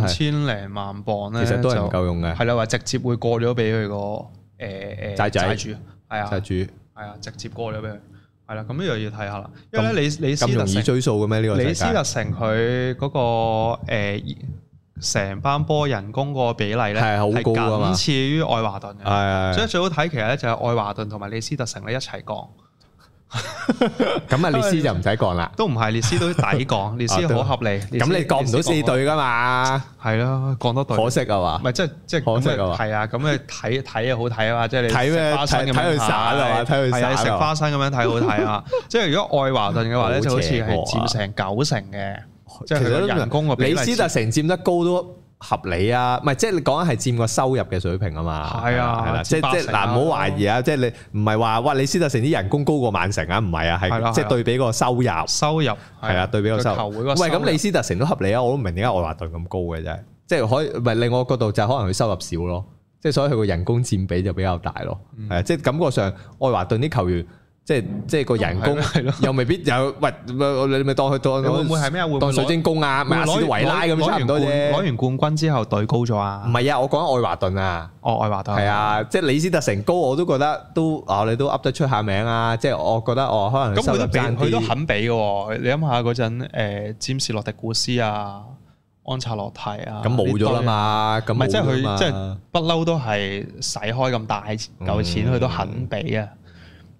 [SPEAKER 2] 啊五千零萬磅咧，
[SPEAKER 1] 其實都係
[SPEAKER 2] 就
[SPEAKER 1] 唔夠用嘅
[SPEAKER 2] 係啦，話直接會過咗俾佢個誒誒
[SPEAKER 1] 債仔
[SPEAKER 2] 主，係啊
[SPEAKER 1] 債主
[SPEAKER 2] 係啊，直接過咗俾佢，係啦，咁呢樣要睇下啦，因為咧李李斯
[SPEAKER 1] 咁
[SPEAKER 2] 特
[SPEAKER 1] 容易
[SPEAKER 2] 城。
[SPEAKER 1] 追數嘅咩？呢個
[SPEAKER 2] 李
[SPEAKER 1] 世
[SPEAKER 2] 斯
[SPEAKER 1] 界
[SPEAKER 2] 特城佢嗰、個誒成、班波人工個比例咧
[SPEAKER 1] 係好高㗎嘛
[SPEAKER 2] 僅次於愛華頓
[SPEAKER 1] 係係
[SPEAKER 2] 嘅，所以
[SPEAKER 1] 係
[SPEAKER 2] 最好睇其實咧就係愛華頓同埋李斯特城咧一齊降，
[SPEAKER 1] 咁啊，列斯就唔使講啦。
[SPEAKER 2] 都唔係列斯都抵 降，列斯好合理。
[SPEAKER 1] 啊咁你降唔到四隊噶嘛？
[SPEAKER 2] 係啦，降多隊。
[SPEAKER 1] 可惜啊嘛
[SPEAKER 2] 唔，係即係即係
[SPEAKER 1] 可惜啊
[SPEAKER 2] 咁啊係啊，咁你睇睇啊好睇啊嘛，即係你
[SPEAKER 1] 睇咩
[SPEAKER 2] 食花生咁樣
[SPEAKER 1] 睇睇佢散啊嘛睇佢
[SPEAKER 2] 係
[SPEAKER 1] 散啊
[SPEAKER 2] 啊，食花生咁樣睇好 睇啊！即係如果愛華頓嘅話咧，就好似係
[SPEAKER 1] 好邪惡啊
[SPEAKER 2] 佔成九成嘅，即係
[SPEAKER 1] 其
[SPEAKER 2] 佢
[SPEAKER 1] 實都
[SPEAKER 2] 個人工個啊比例
[SPEAKER 1] 李斯特城佔得高都合理啊，唔係即係你講緊係佔個收入嘅水平啊嘛。
[SPEAKER 2] 係啊
[SPEAKER 1] 係啦，即係
[SPEAKER 2] 佔八
[SPEAKER 1] 即
[SPEAKER 2] 成
[SPEAKER 1] 係嗱，唔好懷疑啊，即係你唔係話哇李斯特城啲人工高過曼城啊，唔係啊，
[SPEAKER 2] 係啦
[SPEAKER 1] 係即係
[SPEAKER 2] 係啦
[SPEAKER 1] 對比個收入
[SPEAKER 2] 收入
[SPEAKER 1] 係啊，對比個收
[SPEAKER 2] 球
[SPEAKER 1] 入。喂，
[SPEAKER 2] 會個收入
[SPEAKER 1] 咁李斯特城都合理啊，我都唔明點解愛華頓咁高嘅真係，即係可以唔係另外角度就係可能佢收入少咯，即係所以佢個人工佔比就比較大咯。係啊，即係感覺上愛華頓啲球員。即係即係個人工
[SPEAKER 2] 係咯
[SPEAKER 1] 又未必有，喂你咪當佢當
[SPEAKER 2] 你會唔會係咩啊？會唔會
[SPEAKER 1] 當水晶宮啊，咪阿斯維拉咁差唔多
[SPEAKER 2] 攞
[SPEAKER 1] 啫。
[SPEAKER 2] 完冠軍之後隊高咗
[SPEAKER 1] 唔
[SPEAKER 2] 啊！
[SPEAKER 1] 係啊，我講愛華頓啊，
[SPEAKER 2] 哦，愛華頓
[SPEAKER 1] 係，啊，即係李斯特城高我都覺得都啊，你都噏得出下名啊，即係我覺得我可能
[SPEAKER 2] 咁
[SPEAKER 1] 收
[SPEAKER 2] 佢
[SPEAKER 1] 入
[SPEAKER 2] 都俾
[SPEAKER 1] 爭
[SPEAKER 2] 佢都
[SPEAKER 1] 啲。
[SPEAKER 2] 肯俾嘅喎。你諗下嗰陣誒，詹士洛迪古斯啊，安察洛提啊，
[SPEAKER 1] 咁冇咗啦
[SPEAKER 2] 呢
[SPEAKER 1] 嘛，咁
[SPEAKER 2] 堆。唔係
[SPEAKER 1] 冇
[SPEAKER 2] 即係
[SPEAKER 1] 咗啦
[SPEAKER 2] 佢
[SPEAKER 1] 嘛
[SPEAKER 2] 即係。不嬲都係使開咁大嚿錢，佢都肯俾啊，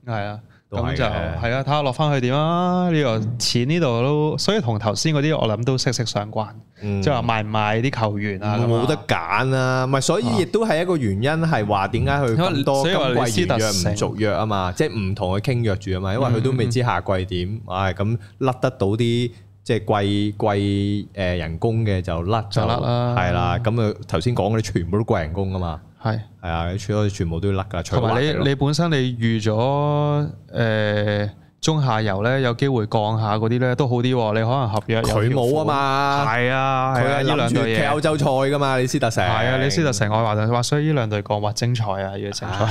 [SPEAKER 2] 係啊。
[SPEAKER 1] 嗯都係
[SPEAKER 2] 咁
[SPEAKER 1] 嘅
[SPEAKER 2] 就係啊，睇下落翻去點啊！呢個錢呢度都，所以同頭先嗰啲我諗都息息相關，
[SPEAKER 1] 嗯
[SPEAKER 2] 即係話賣唔賣啲球員啊？咁啊
[SPEAKER 1] 冇得揀啦，咪所以亦都係一個原因係話點解佢咁多
[SPEAKER 2] 所以話李
[SPEAKER 1] 今季
[SPEAKER 2] 斯特
[SPEAKER 1] 完約唔
[SPEAKER 2] 城
[SPEAKER 1] 續約啊嘛，即係唔同佢傾約住啊嘛，因為佢都未知下季點，唉咁甩得到啲即係貴貴誒人工嘅就甩
[SPEAKER 2] 就甩啦
[SPEAKER 1] 係啦，咁佢頭先講嗰啲全部都貴人工啊嘛，
[SPEAKER 2] 係。
[SPEAKER 1] 係啊，全全部都要甩噶，除
[SPEAKER 2] 同埋
[SPEAKER 1] 你
[SPEAKER 2] 你你本身你預咗誒、呃中下游咧有機會降下嗰啲咧都好啲喎，你可能合約有
[SPEAKER 1] 佢冇啊
[SPEAKER 2] 條款，
[SPEAKER 1] 嘛，
[SPEAKER 2] 係啊係
[SPEAKER 1] 佢
[SPEAKER 2] 啊
[SPEAKER 1] 係
[SPEAKER 2] 呢
[SPEAKER 1] 諗
[SPEAKER 2] 兩
[SPEAKER 1] 住
[SPEAKER 2] 隊
[SPEAKER 1] 踢
[SPEAKER 2] 嘢
[SPEAKER 1] 歐洲賽噶嘛，李斯特城
[SPEAKER 2] 係啊，你斯特城愛華頓話，所以呢兩隊降話精彩啊，要 精彩，
[SPEAKER 1] 係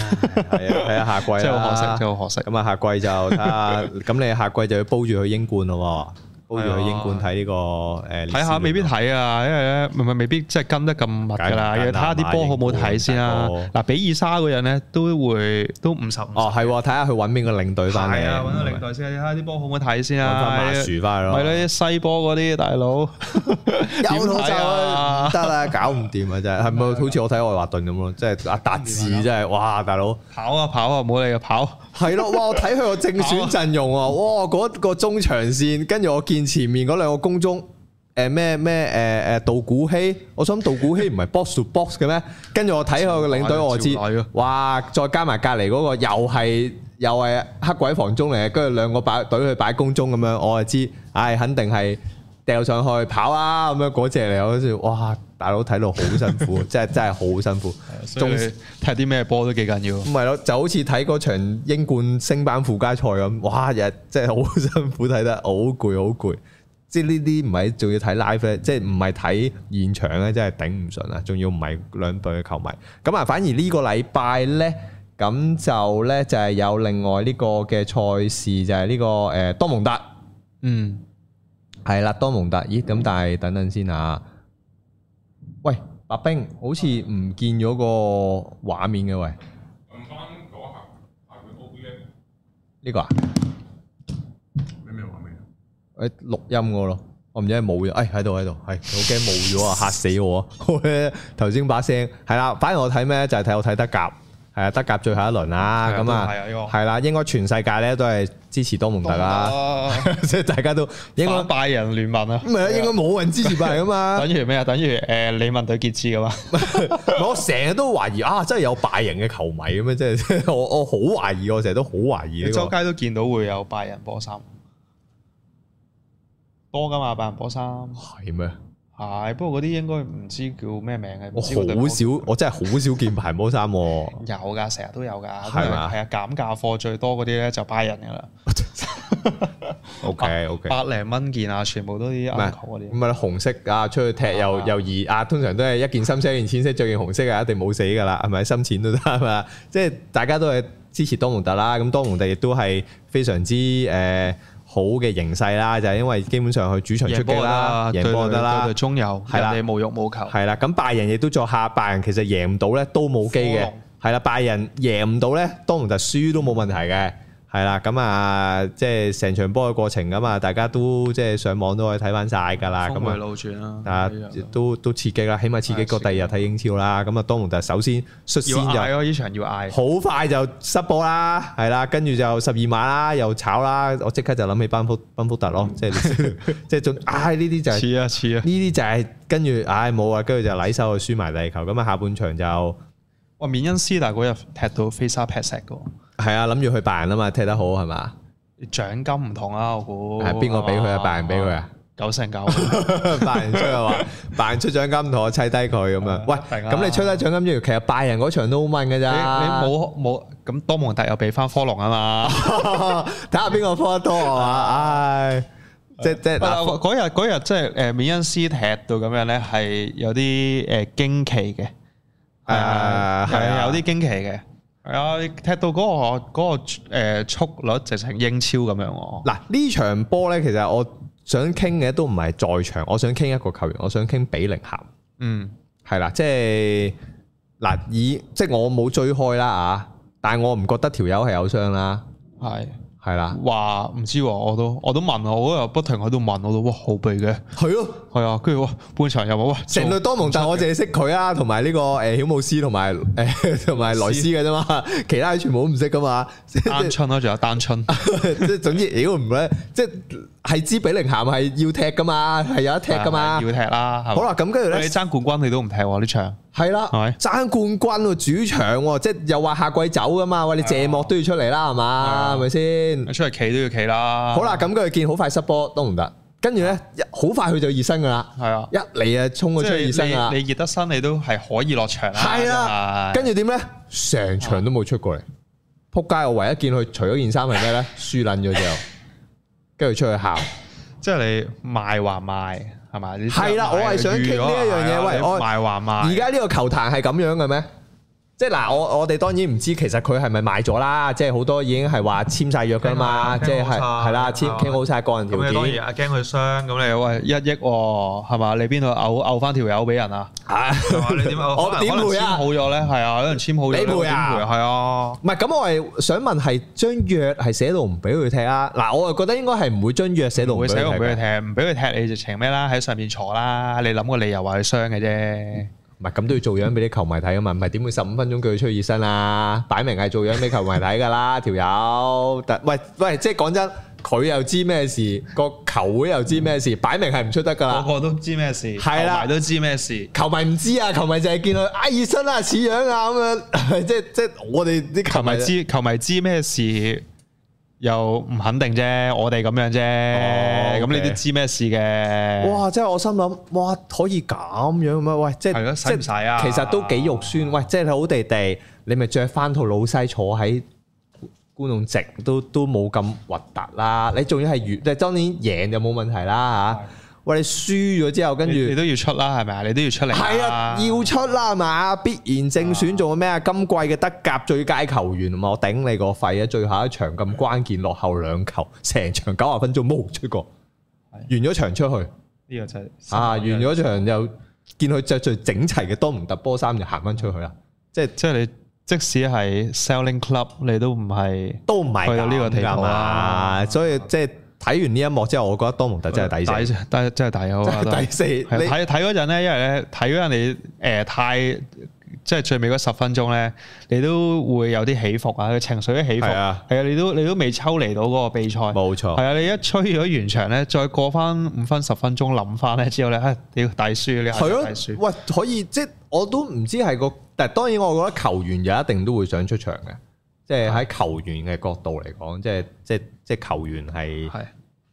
[SPEAKER 1] 啊，睇下下季啦
[SPEAKER 2] 真係好可惜，真係好可惜。
[SPEAKER 1] 咁啊，下季就睇下，咁你下季就要煲住去英冠咯高住去英冠睇呢個誒。
[SPEAKER 2] 睇下未必睇啊，因為咧唔係未必即係跟得咁密㗎啦，
[SPEAKER 1] 梗係唔
[SPEAKER 2] 要
[SPEAKER 1] 得
[SPEAKER 2] 睇下啲波好唔好睇先啦
[SPEAKER 1] 買英冠。
[SPEAKER 2] 嗱，比爾沙嗰樣咧都會都五十五
[SPEAKER 1] 哦，係喎，睇下佢揾邊個領隊翻嚟。
[SPEAKER 2] 係啊，揾到領隊先，睇下啲波好唔好睇先
[SPEAKER 1] 揾
[SPEAKER 2] 啊。
[SPEAKER 1] 翻馬樹翻嚟咯。
[SPEAKER 2] 咪咧西波嗰啲大佬，
[SPEAKER 1] 有
[SPEAKER 2] 點
[SPEAKER 1] 老
[SPEAKER 2] 睇
[SPEAKER 1] 就
[SPEAKER 2] 啊
[SPEAKER 1] 唔得啦，搞唔掂啊真係，係咪好似我睇愛華頓咁咯？即係阿達
[SPEAKER 2] 啊
[SPEAKER 1] 志真係，哇大佬，
[SPEAKER 2] 跑啊跑啊，唔好理佢跑。
[SPEAKER 1] 係咯，哇我睇佢個正選陣容啊，哇嗰個中場線，跟住我見前面嗰兩個攻中。誒咩咩誒誒杜古希，我想杜古希唔係 box to box 嘅咩？跟住我睇佢個領隊我知
[SPEAKER 2] 趙禮啊，
[SPEAKER 1] 哇！再加埋隔離嗰個又係又係黑鬼房中嚟嘅，跟住兩個擺隊去擺公中咁樣，我就知，唉、肯定係掉上去跑啦咁樣嗰只嚟，我嗰時哇！大佬睇到好辛苦，真係真係好辛苦，
[SPEAKER 2] 仲踢啲咩波都幾緊要。
[SPEAKER 1] 唔係咯，就好似睇嗰場英冠升班附加賽咁，哇！日真係好辛苦，睇得好攰，好攰。即係呢啲唔係仲要睇 live 咧，即係唔係睇現場咧，真係頂唔順啊！仲要唔係兩隊嘅球迷。咁啊，反而呢個禮拜咧，咁就咧就係有另外呢個嘅賽事，就係呢個誒多蒙特。
[SPEAKER 2] 嗯，
[SPEAKER 1] 係啦，多蒙特，咦？咁但係等等先啊！喂，白冰，好似唔見咗個畫面嘅喂，
[SPEAKER 3] 撳翻嗰下下邊 O B 咧，
[SPEAKER 1] 呢個啊？
[SPEAKER 3] 你咩話咩？
[SPEAKER 1] 誒哎錄音個咯，我唔知係冇咗，誒哎喺度喺度，係好驚冇咗啊！嚇死我啊！ 我咧頭先把聲係啦，反而我睇咩呢就係睇我睇德甲，係啊，德甲最後一輪啦，
[SPEAKER 2] 係啊
[SPEAKER 1] 咁
[SPEAKER 2] 都係啊呢
[SPEAKER 1] 啊，
[SPEAKER 2] 個
[SPEAKER 1] 係啦，應該全世界咧都係支持多蒙特啦， 即係大家都應該
[SPEAKER 2] 反拜仁聯盟啊，
[SPEAKER 1] 唔係啊，應該冇人支持拜仁噶嘛
[SPEAKER 2] 等。於咩啊？等於誒李文對傑志啊噶嘛，
[SPEAKER 1] 我成日都懷疑啊，真係有拜仁嘅球迷咁樣，即係即係 我我好懷疑，我成日都好懷疑呢
[SPEAKER 2] 周
[SPEAKER 1] 個。
[SPEAKER 2] 街都見到會有拜仁波衫，多噶嘛拜仁波衫。
[SPEAKER 1] 係咩？
[SPEAKER 2] 係，不過嗰啲應該唔知叫咩名嘅。
[SPEAKER 1] 我
[SPEAKER 2] 唔知嗰對
[SPEAKER 1] 好
[SPEAKER 2] 波
[SPEAKER 1] 少，我真係好少見排波衫喎。
[SPEAKER 2] 有㗎，成日都有㗎。
[SPEAKER 1] 係嘛
[SPEAKER 2] 係啊，減價貨最多嗰啲咧就拜仁㗎啦。
[SPEAKER 1] OK OK。
[SPEAKER 2] 百零蚊件啊，全部都啲
[SPEAKER 1] 唔
[SPEAKER 2] uncle 嗰
[SPEAKER 1] 係唔
[SPEAKER 2] 啲。
[SPEAKER 1] 係紅色啊，出去踢又
[SPEAKER 2] 啊
[SPEAKER 1] 又熱啊，通常都係一件深色、一件淺色，着件紅色啊，一定冇死噶啦，係咪？ 深淺都得係嘛，即係大家都係支持多蒙特啦。咁多蒙特亦都係非常之誒、呃好嘅形勢啦，就係、因為基本上佢主場出
[SPEAKER 2] 贏波
[SPEAKER 1] 擊
[SPEAKER 2] 得
[SPEAKER 1] 啦，贏波就得啦
[SPEAKER 2] 對，中游，
[SPEAKER 1] 係
[SPEAKER 2] 人
[SPEAKER 1] 啦
[SPEAKER 2] 哋無欲無求。
[SPEAKER 1] 係啦。咁拜仁亦都作客，拜仁其實贏唔到咧都冇機
[SPEAKER 2] 科
[SPEAKER 1] 嘅
[SPEAKER 2] 隆，
[SPEAKER 1] 係啦。拜仁贏唔到咧，多蒙特輸都冇問題嘅。係啦，咁啊，即係成場波嘅過程咁啊，大家都即係上網都可以睇翻晒㗎啦。咁
[SPEAKER 2] 峰
[SPEAKER 1] 啊
[SPEAKER 2] 回，路轉啦，
[SPEAKER 1] 啊
[SPEAKER 2] 呢樣，
[SPEAKER 1] 都都刺激啦，啊起碼刺激過第二日睇英超啦。咁啊，多蒙特首先率先
[SPEAKER 2] 要嗌
[SPEAKER 1] 就
[SPEAKER 2] 咯，呢場要嗌。
[SPEAKER 1] 好快就失波啦，係啦，跟住就十二碼啦，又炒啦，我即刻就諗起班福班福特咯，
[SPEAKER 2] 嗯
[SPEAKER 1] 即係 即係總唉呢啲就係
[SPEAKER 2] 似啊似啊！
[SPEAKER 1] 呢啲就係跟住唉冇啊，跟住就禮手去輸埋第二球，咁啊下半場就係
[SPEAKER 2] 哇，緬恩斯但嗰日踢到飛沙劈石嘅喎，
[SPEAKER 1] 啊諗住去拜仁啊嘛，踢得好係嘛？
[SPEAKER 2] 獎金唔同啊，我估。
[SPEAKER 1] 係邊個俾佢啊？拜仁俾佢 啊？
[SPEAKER 2] 九成 九。
[SPEAKER 1] 拜仁出啊係 嘛？拜仁出獎金同我砌低佢咁啊！喂，
[SPEAKER 2] 係啊
[SPEAKER 1] 咁你出低獎金之餘，其實拜仁嗰場都好問㗎
[SPEAKER 2] 你你
[SPEAKER 1] 咋？
[SPEAKER 2] 冇冇咁多蒙特又俾翻科隆啊嘛？
[SPEAKER 1] 睇下邊個科得多啊係嘛？唉，即即嗱，
[SPEAKER 2] 喂嗱嗰日嗰日即係誒緬恩斯踢到咁樣咧，係有啲誒驚奇嘅，係啊
[SPEAKER 1] 誒係啊
[SPEAKER 2] 係有啲驚奇嘅，係啊！你踢到嗰個嗰個誒速率直情英超咁樣喎，
[SPEAKER 1] 嗱呢場波咧，其實我想傾嘅都唔係在場，我想傾一個球員，我想傾比寧咸，
[SPEAKER 2] 嗯，
[SPEAKER 1] 係啦，即係嗱以即係我冇追開啦啊，但係我唔覺得條友係有傷啦，
[SPEAKER 2] 係
[SPEAKER 1] 係啦，
[SPEAKER 2] 話唔知喎，我都我都問我嗰日不停喺度問我都哇好備嘅，
[SPEAKER 1] 係咯，
[SPEAKER 2] 係啊，跟住哇半場又話哇
[SPEAKER 1] 成隊多蒙特我淨係識佢啊，同埋呢個誒曉姆斯同埋誒 同埋萊斯嘅啫嘛， 其他全部都唔識噶嘛，即係
[SPEAKER 2] 單春啦，仲有單春，
[SPEAKER 1] 即係總之，屌唔咧，即係係知比寧咸係要踢噶嘛，係有得 踢噶嘛
[SPEAKER 2] 要。踢啦，係咪
[SPEAKER 1] 好啦，咁跟住
[SPEAKER 2] 你
[SPEAKER 1] 咧，
[SPEAKER 2] 爭冠軍你都唔踢喎呢場，
[SPEAKER 1] 係啦
[SPEAKER 2] 係咪，
[SPEAKER 1] 爭冠軍喎，主場喎，即係又話下季走噶嘛，喂，你謝幕都要出嚟啦，係嘛，
[SPEAKER 2] 係啊
[SPEAKER 1] 係咪先？
[SPEAKER 2] 出嚟企都要企啦，
[SPEAKER 1] 好啦，，咁跟住見好快失波都唔得，跟住咧一好快佢就熱身噶啦，
[SPEAKER 2] 係啊。
[SPEAKER 1] 一嚟啊衝佢出熱身啊
[SPEAKER 2] 即係，你你熱得身，你都係可以落場啦。
[SPEAKER 1] 係啦，
[SPEAKER 2] 真
[SPEAKER 1] 跟
[SPEAKER 2] 係
[SPEAKER 1] 住點咧？成場都冇出過嚟，撲街！我唯一見佢除咗件衫係 咩咧？輸撚咗之後，跟住出去喊。
[SPEAKER 2] 即係你賣還賣係咪？你
[SPEAKER 1] 係啦
[SPEAKER 2] 即係賣
[SPEAKER 1] 我係想傾呢一樣嘢
[SPEAKER 2] 預咗
[SPEAKER 1] 喂
[SPEAKER 2] 賣
[SPEAKER 1] 我
[SPEAKER 2] 賣還賣，
[SPEAKER 1] 而家呢個球壇係咁樣嘅咩？即係嗱，我我哋當然唔知其實佢係咪買咗啦，即係好多已經係話簽晒約㗎啦嘛，
[SPEAKER 2] 傾好
[SPEAKER 1] 即係係
[SPEAKER 2] 傾好晒
[SPEAKER 1] 係啦，簽
[SPEAKER 2] 係嘛
[SPEAKER 1] 傾好晒個人條
[SPEAKER 2] 咁你當
[SPEAKER 1] 件。
[SPEAKER 2] 然啊，驚佢傷，咁你喂一億喎，係嘛？你邊度嘔嘔翻條友俾人啊？
[SPEAKER 1] 啊
[SPEAKER 2] 係嘛你點嘔？
[SPEAKER 1] 我
[SPEAKER 2] 可能
[SPEAKER 1] 點
[SPEAKER 2] 可能
[SPEAKER 1] 會啊
[SPEAKER 2] 簽好咗咧，係啊，可能簽好咗
[SPEAKER 1] 你
[SPEAKER 2] 咧，
[SPEAKER 1] 會啊
[SPEAKER 2] 我點會係啊，
[SPEAKER 1] 唔係，咁我係想問係張約係寫到唔俾佢踢啊？嗱，我就覺得應該係唔會張約寫到
[SPEAKER 2] 唔
[SPEAKER 1] 唔
[SPEAKER 2] 會
[SPEAKER 1] 俾
[SPEAKER 2] 寫
[SPEAKER 1] 佢
[SPEAKER 2] 唔俾佢
[SPEAKER 1] 踢嘅。
[SPEAKER 2] 踢，唔俾佢踢你就情咩啦？喺上面坐啦，你諗個理由話佢傷嘅啫。
[SPEAKER 1] 唔係咁都要做樣俾啲球迷睇啊嘛，唔係點會十五分鐘叫佢出去熱身啊？擺明係做樣俾球迷睇㗎啦， 條友。但喂喂，即係講真，佢又知咩事，個球會又知咩
[SPEAKER 2] 嗯
[SPEAKER 1] 事，擺明係唔出得㗎
[SPEAKER 2] 個
[SPEAKER 1] 啦。
[SPEAKER 2] 個都知咩事，
[SPEAKER 1] 啊係啦
[SPEAKER 2] 球迷都知咩事。
[SPEAKER 1] 球迷唔知啊，球迷就係見佢啊熱身啊似樣啊咁樣， 即係即係我哋啲球
[SPEAKER 2] 球迷
[SPEAKER 1] 迷
[SPEAKER 2] 知啊球迷知咩事又唔肯定啫，我哋咁樣啫。
[SPEAKER 1] 哦
[SPEAKER 2] 咁
[SPEAKER 1] OK
[SPEAKER 2] 你都知咩事嘅？
[SPEAKER 1] 哇！即係我心諗，哇可以咁樣咩？喂，即
[SPEAKER 2] 係
[SPEAKER 1] 係
[SPEAKER 2] 咯
[SPEAKER 1] 即係
[SPEAKER 2] 使唔使啊
[SPEAKER 1] 其實都幾肉酸。喂，即係你好地地，你咪着翻套老西坐喺觀眾席，都都冇咁核突啦。你仲要係完，即係當然贏就冇問題啦嚇。喂，你輸咗之後，跟
[SPEAKER 2] 你你
[SPEAKER 1] 住
[SPEAKER 2] 都要出啦，係咪啊？你都要出嚟啦。
[SPEAKER 1] 係啊，要出啦係嘛？必然正選做咩啊？今季嘅德甲最佳球員，我頂你個肺啊！最後一場咁關鍵，落後兩球，成場九十分鐘冇出過，完咗場出去。
[SPEAKER 2] 呢個就係
[SPEAKER 1] 啊，完咗場又見佢着最整齊嘅多蒙特波衫就行翻出去啦，即係
[SPEAKER 2] 即係你即使係 selling club，你都唔係
[SPEAKER 1] 都唔係
[SPEAKER 2] 去到呢個
[SPEAKER 1] 咁
[SPEAKER 2] 地步
[SPEAKER 1] 㗎
[SPEAKER 2] 啊
[SPEAKER 1] 嘛，所以即係睇完呢一幕之後，我覺得多蒙特真係抵死，
[SPEAKER 2] 抵，抵真係抵好啊！
[SPEAKER 1] 真係抵死。
[SPEAKER 2] 係
[SPEAKER 1] 你
[SPEAKER 2] 睇睇嗰陣咧，因為咧睇嗰陣你誒、呃太即係最尾嗰十分鐘咧，你都會有啲起伏啊，個情緒啲起伏
[SPEAKER 1] 係啊
[SPEAKER 2] 係啊，你都你都未抽離到嗰個比賽，係
[SPEAKER 1] 冇錯，
[SPEAKER 2] 啊，你一吹咗完場咧，再過翻五分十分鐘諗翻咧之後咧，啊，屌大輸，你係
[SPEAKER 1] 係
[SPEAKER 2] 大
[SPEAKER 1] 咯，
[SPEAKER 2] 輸，
[SPEAKER 1] 喂，可以即係我都唔知係個，但係當然我覺得球員就一定都會想出場嘅，即係喺球員嘅角度嚟講，即係即係即係球員係。
[SPEAKER 2] 係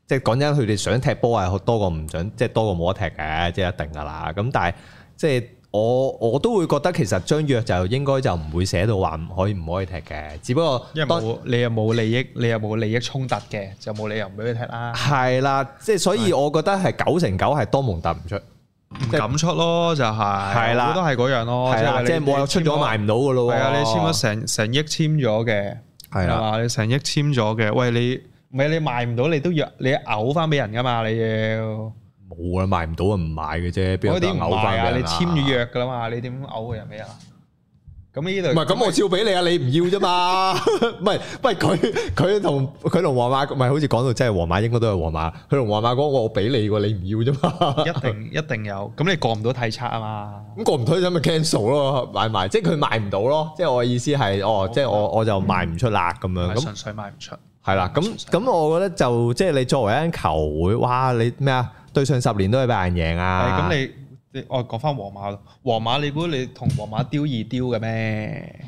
[SPEAKER 1] 即係講真，佢哋想踢波係多過唔想，即係多過冇得踢嘅，即係一定噶啦。咁但係即係我我都會覺得其實張約就應該就唔會寫到話唔可以唔可以踢嘅，只不過
[SPEAKER 2] 因為
[SPEAKER 1] 當
[SPEAKER 2] 冇你又冇利益，你又冇利益衝突嘅，就冇理由唔俾佢踢啦。
[SPEAKER 1] 係啦，即係所以我覺得係九成九係多蒙特唔出，
[SPEAKER 2] 哦唔敢出咯，就係
[SPEAKER 1] 係啦
[SPEAKER 2] 我覺得係嗰樣咯，
[SPEAKER 1] 係啦，
[SPEAKER 2] 你
[SPEAKER 1] 即係冇有
[SPEAKER 2] 你
[SPEAKER 1] 出
[SPEAKER 2] 簽
[SPEAKER 1] 咗賣唔到噶咯
[SPEAKER 2] 係
[SPEAKER 1] 喎。
[SPEAKER 2] 啊，你簽咗成成億簽咗嘅，
[SPEAKER 1] 係
[SPEAKER 2] 係
[SPEAKER 1] 啦，
[SPEAKER 2] 嘛？你成億簽咗嘅，喂你唔係你賣唔到，你都要你嘔翻俾人噶嘛？你要
[SPEAKER 1] 冇啊，賣唔到啊，唔買嘅啫，邊
[SPEAKER 2] 嗰
[SPEAKER 1] 有得
[SPEAKER 2] 啲唔
[SPEAKER 1] 嘔
[SPEAKER 2] 賣
[SPEAKER 1] 翻
[SPEAKER 2] 啊！
[SPEAKER 1] 俾
[SPEAKER 2] 你
[SPEAKER 1] 人啊
[SPEAKER 2] 簽咗約噶啦嘛，你點嘔個人俾人啊？咁呢度
[SPEAKER 1] 唔係咁，我照俾你啊！你唔要啫嘛， 唔係喂佢佢同佢同皇馬唔係好似講到真係皇馬應該都係皇馬，佢同皇馬講我俾你喎，你唔要啫嘛，
[SPEAKER 2] 一定一定有，咁你過唔到體測啊嘛？
[SPEAKER 1] 咁過唔推咁咪 cancel 咯，買埋即係佢賣唔到咯，即係我嘅意思係哦，即係我我就賣唔出啦咁樣咁
[SPEAKER 2] 純粹賣唔出，
[SPEAKER 1] 係啦，咁咁我覺得就即係你作為一間球會，哇你咩啊？對上十年都係俾人贏啊！
[SPEAKER 2] 係咁你你我講翻皇馬咯，皇馬你估你同皇馬丟二丟嘅咩？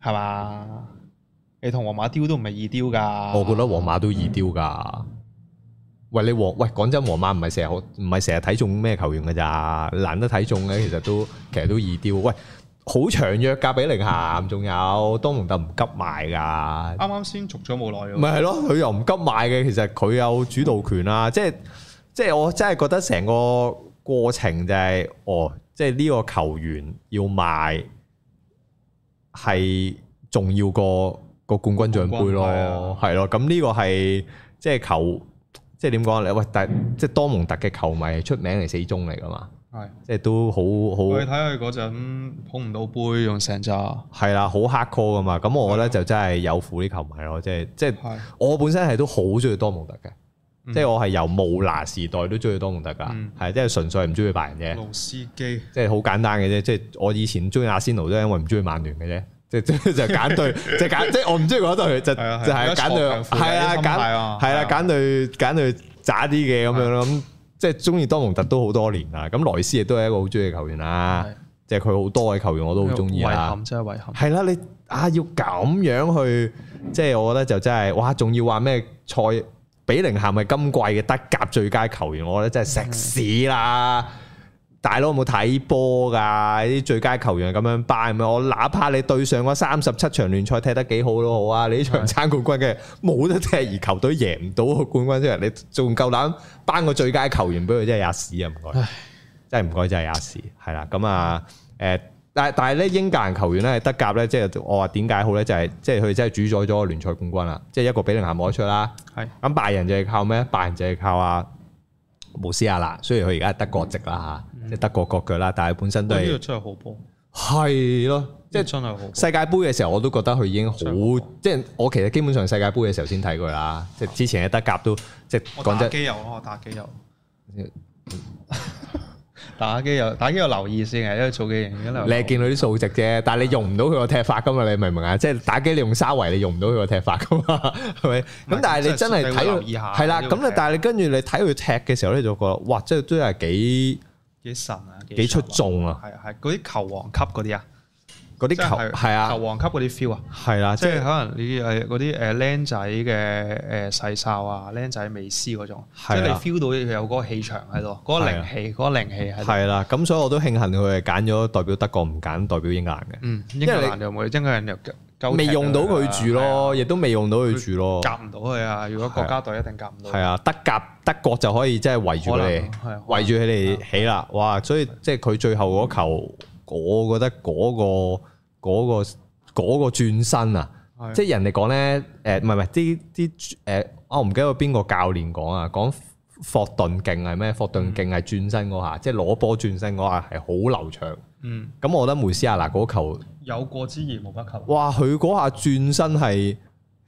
[SPEAKER 2] 係嘛？你同皇馬丟都唔係二丟㗎，
[SPEAKER 1] 我覺得哦皇馬都易丟噶。喂，你皇喂講真，皇馬唔係成日好唔係成日睇中咩球員噶咋，難得睇中嘅其實都其實都易丟。喂，好長約價俾凌咸，仲有多蒙特唔急賣噶，
[SPEAKER 2] 啱啱先續咗冇耐喎。
[SPEAKER 1] 咪係咯，佢又唔急賣嘅，其實佢有主導權啦。即係即係我真係覺得成個過程就係、哦，即係呢個球員要賣係重要過個冠軍獎杯
[SPEAKER 2] 冠軍係啊
[SPEAKER 1] 咯，係咯。咁呢個係即係球，即係點講咧？喂，但即係多蒙特嘅球迷係出名係死忠嚟噶嘛，
[SPEAKER 2] 係，
[SPEAKER 1] 即係都好好
[SPEAKER 2] 我哋睇佢嗰陣嗯捧唔到杯，用成扎
[SPEAKER 1] 係啦，好 hard core 噶嘛。咁我覺得就真係有苦啲球迷咯，即係即係。
[SPEAKER 2] 係
[SPEAKER 1] 我本身係都好中意多蒙特嘅，
[SPEAKER 2] 嗯
[SPEAKER 1] 即係我係由慕拿時代都中意多蒙特噶，係、
[SPEAKER 2] 嗯
[SPEAKER 1] 即係純粹係唔中意拜仁啫，
[SPEAKER 2] 老司機，
[SPEAKER 1] 即係好簡單嘅啫。即係我以前中意阿仙奴都係因為唔中意曼聯嘅啫。即即就揀 對，就揀即係我唔中意嗰隊，就就
[SPEAKER 2] 係啊係
[SPEAKER 1] 係
[SPEAKER 2] 啊
[SPEAKER 1] 揀對，
[SPEAKER 2] 有啲
[SPEAKER 1] 係啊
[SPEAKER 2] 錯強負嘅心態啊
[SPEAKER 1] 揀係啦
[SPEAKER 2] 係啊啊
[SPEAKER 1] 揀對揀對渣啲嘅咁樣咯。咁即係中意多蒙特都好多年啦。咁萊斯亦都係一個好中意嘅球員啦
[SPEAKER 2] 係，
[SPEAKER 1] 即係佢好多嘅球員我啊都好中意啊
[SPEAKER 2] 遺
[SPEAKER 1] 啦。
[SPEAKER 2] 憾真係遺憾。
[SPEAKER 1] 係啦，你啊要咁樣去，即係我覺得就真係，哇！仲要話咩賽比寧咸係今季嘅德甲最佳球員，我覺得真係食屎啦！大佬有冇睇波㗎？啲最佳球員咁樣班咁樣，我哪怕你對上嗰三十七場聯賽踢得幾好都好啊，你呢場爭冠軍嘅冇得踢，而球隊贏唔到個冠軍出嚟，你仲夠膽頒個最佳球員俾佢，真係吔屎啊！唔該。真係唔該，真係吔屎，係啦，咁啊，誒、但係但係咧，英格蘭球員咧，德甲咧，即係我話點解好咧，就係即係佢真係主宰咗個聯賽冠軍啦，即係一個比零下冇得出啦。
[SPEAKER 2] 係
[SPEAKER 1] 咁拜仁就係靠咩？拜仁就係靠啊無斯亞啦，雖然佢而家係德國籍啦嚇，即係德國國腳啦，但係本身都
[SPEAKER 2] 呢個
[SPEAKER 1] 係
[SPEAKER 2] 真係嗯好嗯波，
[SPEAKER 1] 係咯，即
[SPEAKER 2] 即
[SPEAKER 1] 係
[SPEAKER 2] 係真係好波。
[SPEAKER 1] 世界盃嘅時候，我都覺得佢已經好
[SPEAKER 2] 真係好，
[SPEAKER 1] 即係我其實基本上世界盃嘅時候先睇佢啦，即係之前喺德甲都即係
[SPEAKER 2] 我
[SPEAKER 1] 講
[SPEAKER 2] 打
[SPEAKER 1] 真。
[SPEAKER 2] 機油啊咯，我打機油。 打機油，打機油留意先嘅，因為做嘅型
[SPEAKER 1] 你係見到啲數值啫，但係你用唔到佢個踢法噶嘛？你明唔明啊？即係打機你用沙維，你用唔到佢個踢法噶嘛？ 係咪？咁但係你真係
[SPEAKER 2] 即
[SPEAKER 1] 睇
[SPEAKER 2] 係你會留
[SPEAKER 1] 佢
[SPEAKER 2] 意下
[SPEAKER 1] 係啦，
[SPEAKER 2] 呢
[SPEAKER 1] 咁
[SPEAKER 2] 個
[SPEAKER 1] 你
[SPEAKER 2] 踢
[SPEAKER 1] 但係你跟住你睇佢踢嘅時候咧，就覺得哇，即係都係幾
[SPEAKER 2] 幾神啊，
[SPEAKER 1] 幾出
[SPEAKER 2] 神啊。
[SPEAKER 1] 眾啊！
[SPEAKER 2] 係啊係嗰啲球王級嗰啲啊，
[SPEAKER 1] 嗰啲
[SPEAKER 2] 即
[SPEAKER 1] 球係啊
[SPEAKER 2] 球，王級嗰啲 feel 啊，
[SPEAKER 1] 係啦，
[SPEAKER 2] 即
[SPEAKER 1] 即
[SPEAKER 2] 係
[SPEAKER 1] 係
[SPEAKER 2] 可能你誒嗰啲誒僆仔嘅誒細哨啊，僆仔美斯嗰種，即
[SPEAKER 1] 係
[SPEAKER 2] 係
[SPEAKER 1] 啊
[SPEAKER 2] 你 feel 到佢有嗰個氣場喺度，嗰個
[SPEAKER 1] 係啊
[SPEAKER 2] 靈氣，嗰個靈氣喺度。
[SPEAKER 1] 係啦。咁所以我都慶幸佢係揀咗代表德國，唔揀代表英格蘭嘅，
[SPEAKER 2] 嗯，英格蘭有冇？英格蘭又夠
[SPEAKER 1] 未用到佢住咯，
[SPEAKER 2] 係
[SPEAKER 1] 亦都未用到佢住咯
[SPEAKER 2] 啊，。夾唔到佢啊！如果國家隊一定夾唔到。
[SPEAKER 1] 係啊，德甲德國就可以即係圍住佢哋
[SPEAKER 2] 可能係，啊
[SPEAKER 1] 圍住佢哋起啦。哇！所以即係佢最後嗰球，我覺得嗰、個嗰、個嗰、個轉身啊，
[SPEAKER 2] 係
[SPEAKER 1] 即係人哋講咧誒，唔係唔係啲啲誒，我唔記得邊個教練講啊，講霍頓勁係咩？霍
[SPEAKER 2] 嗯
[SPEAKER 1] 頓勁係轉身嗰下，即係攞波轉身嗰下係好流暢。
[SPEAKER 2] 嗯。
[SPEAKER 1] 咁我覺得梅斯亞拿嗰球。
[SPEAKER 2] 有過之而無不及。
[SPEAKER 1] 哇！佢嗰下轉身係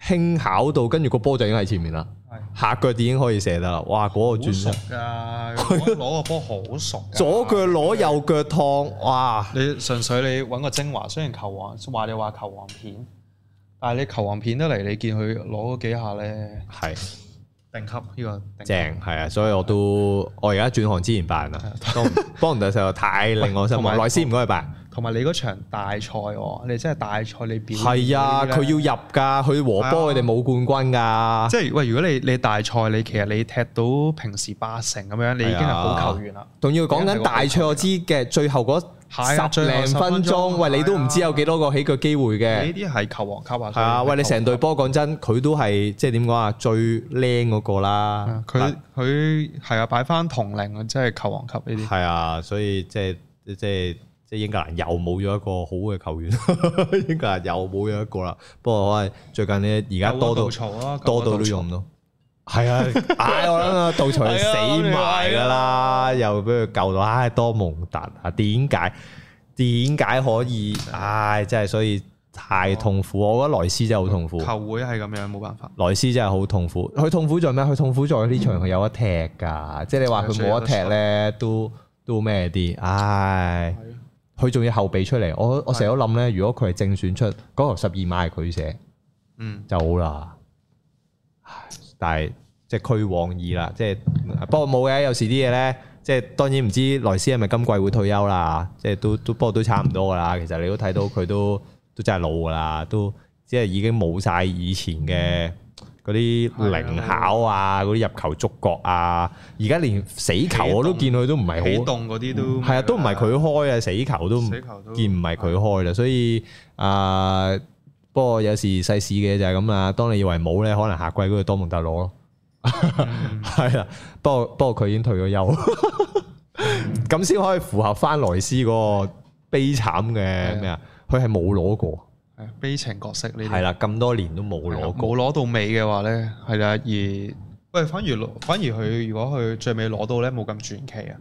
[SPEAKER 1] 輕巧到，跟住個波就已經喺前面啦
[SPEAKER 2] 係，
[SPEAKER 1] 下腳已經可以射得啦。哇！嗰、 個
[SPEAKER 2] 好
[SPEAKER 1] 轉
[SPEAKER 2] 熟
[SPEAKER 1] 身，
[SPEAKER 2] 㗎，攞攞個波好熟㗎。
[SPEAKER 1] 左腳攞右腳燙，哇！
[SPEAKER 2] 你純粹你揾個精華，雖然球王話你話球王片，但係你球王片得嚟，你見佢攞嗰幾下咧，
[SPEAKER 1] 係
[SPEAKER 2] 定級呢個頂級
[SPEAKER 1] 正係啊！所以我都我而家轉行之前辦啦，幫唔幫唔到手太令我失
[SPEAKER 2] 啊同
[SPEAKER 1] 望。
[SPEAKER 2] 埋
[SPEAKER 1] 內斯唔該辦，
[SPEAKER 2] 同埋你嗰場大賽喎，你真係大賽你表現
[SPEAKER 1] 係啊！
[SPEAKER 2] 嗰啲啊
[SPEAKER 1] 佢
[SPEAKER 2] 呢
[SPEAKER 1] 要入㗎，佢和波佢哋冇冠軍㗎，
[SPEAKER 2] 即係喂，如果你你大賽你其實你踢到平時八成咁樣，你已經係
[SPEAKER 1] 啊
[SPEAKER 2] 好球員啦。
[SPEAKER 1] 仲要講緊大賽我知嘅最後嗰
[SPEAKER 2] 係啊
[SPEAKER 1] 十
[SPEAKER 2] 最後
[SPEAKER 1] 零
[SPEAKER 2] 十分
[SPEAKER 1] 分鐘，
[SPEAKER 2] 鐘啊
[SPEAKER 1] 喂你都唔知有幾多個起腳機會嘅
[SPEAKER 2] 你。呢啲係球王級啊！
[SPEAKER 1] 係啊，喂！你成隊波講真，佢都係即係點講啊？最靚嗰個啦，
[SPEAKER 2] 啊
[SPEAKER 1] 啊
[SPEAKER 2] 佢佢係啊，擺翻同齡啊，即係球王級呢啲。
[SPEAKER 1] 係啊，所以即係即係即係英格蘭又冇咗一個好嘅球員， 英格蘭又冇咗一個啦。不過我係最近咧，而家多到
[SPEAKER 2] 嘈啊，
[SPEAKER 1] 多到都用唔到。係啊，唉，我 諗啊，杜才
[SPEAKER 2] 係啊
[SPEAKER 1] 死埋㗎啦，又俾佢救到，唉，多蒙特啊，點解點解可以？唉，真係所以太痛苦，我覺得萊斯真係好痛苦。
[SPEAKER 2] 球會係咁樣，冇辦法。
[SPEAKER 1] 萊斯真係好痛苦，佢痛苦在咩？佢痛苦在呢場佢有得踢㗎，即係你啊話佢冇得踢咧，都都咩啲？唉，佢仲要後備出嚟，我我成日都諗咧，如果佢係正選出，嗰球十二碼係佢射
[SPEAKER 2] 嗯，
[SPEAKER 1] 就好啦。唉但係即係趨往矣啦，即係不過冇嘅，有時啲嘢咧，即係當然唔知萊斯係咪今季會退休啦，即係都都不過都差唔多㗎啦。其實你都睇到佢都都真係老㗎啦，都即係已經冇晒以前嘅。嗰啲靈巧啊，嗰啲入球觸角啊，而家連死球我都見佢都唔
[SPEAKER 2] 起
[SPEAKER 1] 係好，
[SPEAKER 2] 動嗰啲都
[SPEAKER 1] 係啊，都唔係佢開啊，死球都唔
[SPEAKER 2] 死球都
[SPEAKER 1] 見唔係佢開啦，所以啊、不過有時世事嘅就係咁啦。當你以為冇咧，可能下季嗰個多蒙特攞咯， 係啦、不過不過佢已經退咗休， 咁先可以符合翻萊斯嗰個悲慘嘅咩啊？佢係冇攞過，
[SPEAKER 2] 係悲情角色呢啲。
[SPEAKER 1] 係啦，咁多年都冇攞過。
[SPEAKER 2] 冇攞到尾嘅話咧，係啦，而喂反而攞反而佢如果佢最尾攞到咧，冇咁傳奇啊！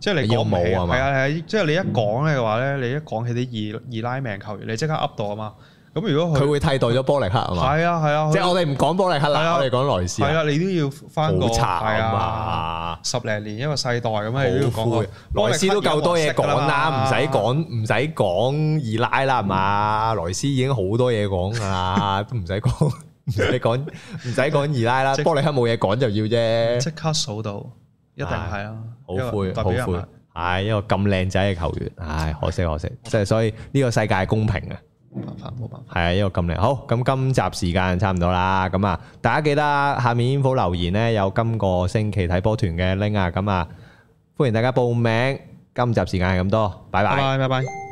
[SPEAKER 2] 即係你講唔起
[SPEAKER 1] 要冇啊嘛
[SPEAKER 2] 係啊係啊，即係你一講嘅話咧，你一講起啲二二拉命球員，你即刻噏到啊嘛！咁如果
[SPEAKER 1] 佢
[SPEAKER 2] 佢
[SPEAKER 1] 會替代咗波利克係嘛？
[SPEAKER 2] 係啊係啊，
[SPEAKER 1] 即係我哋唔講波利克
[SPEAKER 2] 係
[SPEAKER 1] 啦，
[SPEAKER 2] 啊
[SPEAKER 1] 我哋講萊斯
[SPEAKER 2] 係
[SPEAKER 1] 啊，
[SPEAKER 2] 啊，你都要翻個
[SPEAKER 1] 好慘
[SPEAKER 2] 係啊！
[SPEAKER 1] 啊！
[SPEAKER 2] 十零年一個世代咁
[SPEAKER 1] 好
[SPEAKER 2] 啊，你都要講
[SPEAKER 1] 灰，萊斯都夠多嘢講啦，唔使講唔使講二奶啦，係
[SPEAKER 2] 嗯
[SPEAKER 1] 嘛？萊斯已經好多嘢講㗎 啦，都唔使講唔使講唔使講二奶啦，
[SPEAKER 2] 即
[SPEAKER 1] 波利克冇嘢講就要啫，
[SPEAKER 2] 即刻數到，一定係啦，
[SPEAKER 1] 好
[SPEAKER 2] 因為
[SPEAKER 1] 灰
[SPEAKER 2] 代
[SPEAKER 1] 好
[SPEAKER 2] 表人物
[SPEAKER 1] 灰，唉，一個咁靚仔嘅球員，唉，可惜可惜，即係所以呢個世界係公平嘅。
[SPEAKER 2] 冇辦法冇辦法，
[SPEAKER 1] 係啊，呢個咁靚。好，咁今集時間差唔多啦。咁啊，大家記得啊下面 info 留言呢，有今個星期睇波團嘅 link 啊。咁啊，歡迎大家報名。今集時間係咁多，拜
[SPEAKER 2] 拜
[SPEAKER 1] 拜。
[SPEAKER 2] 拜拜拜。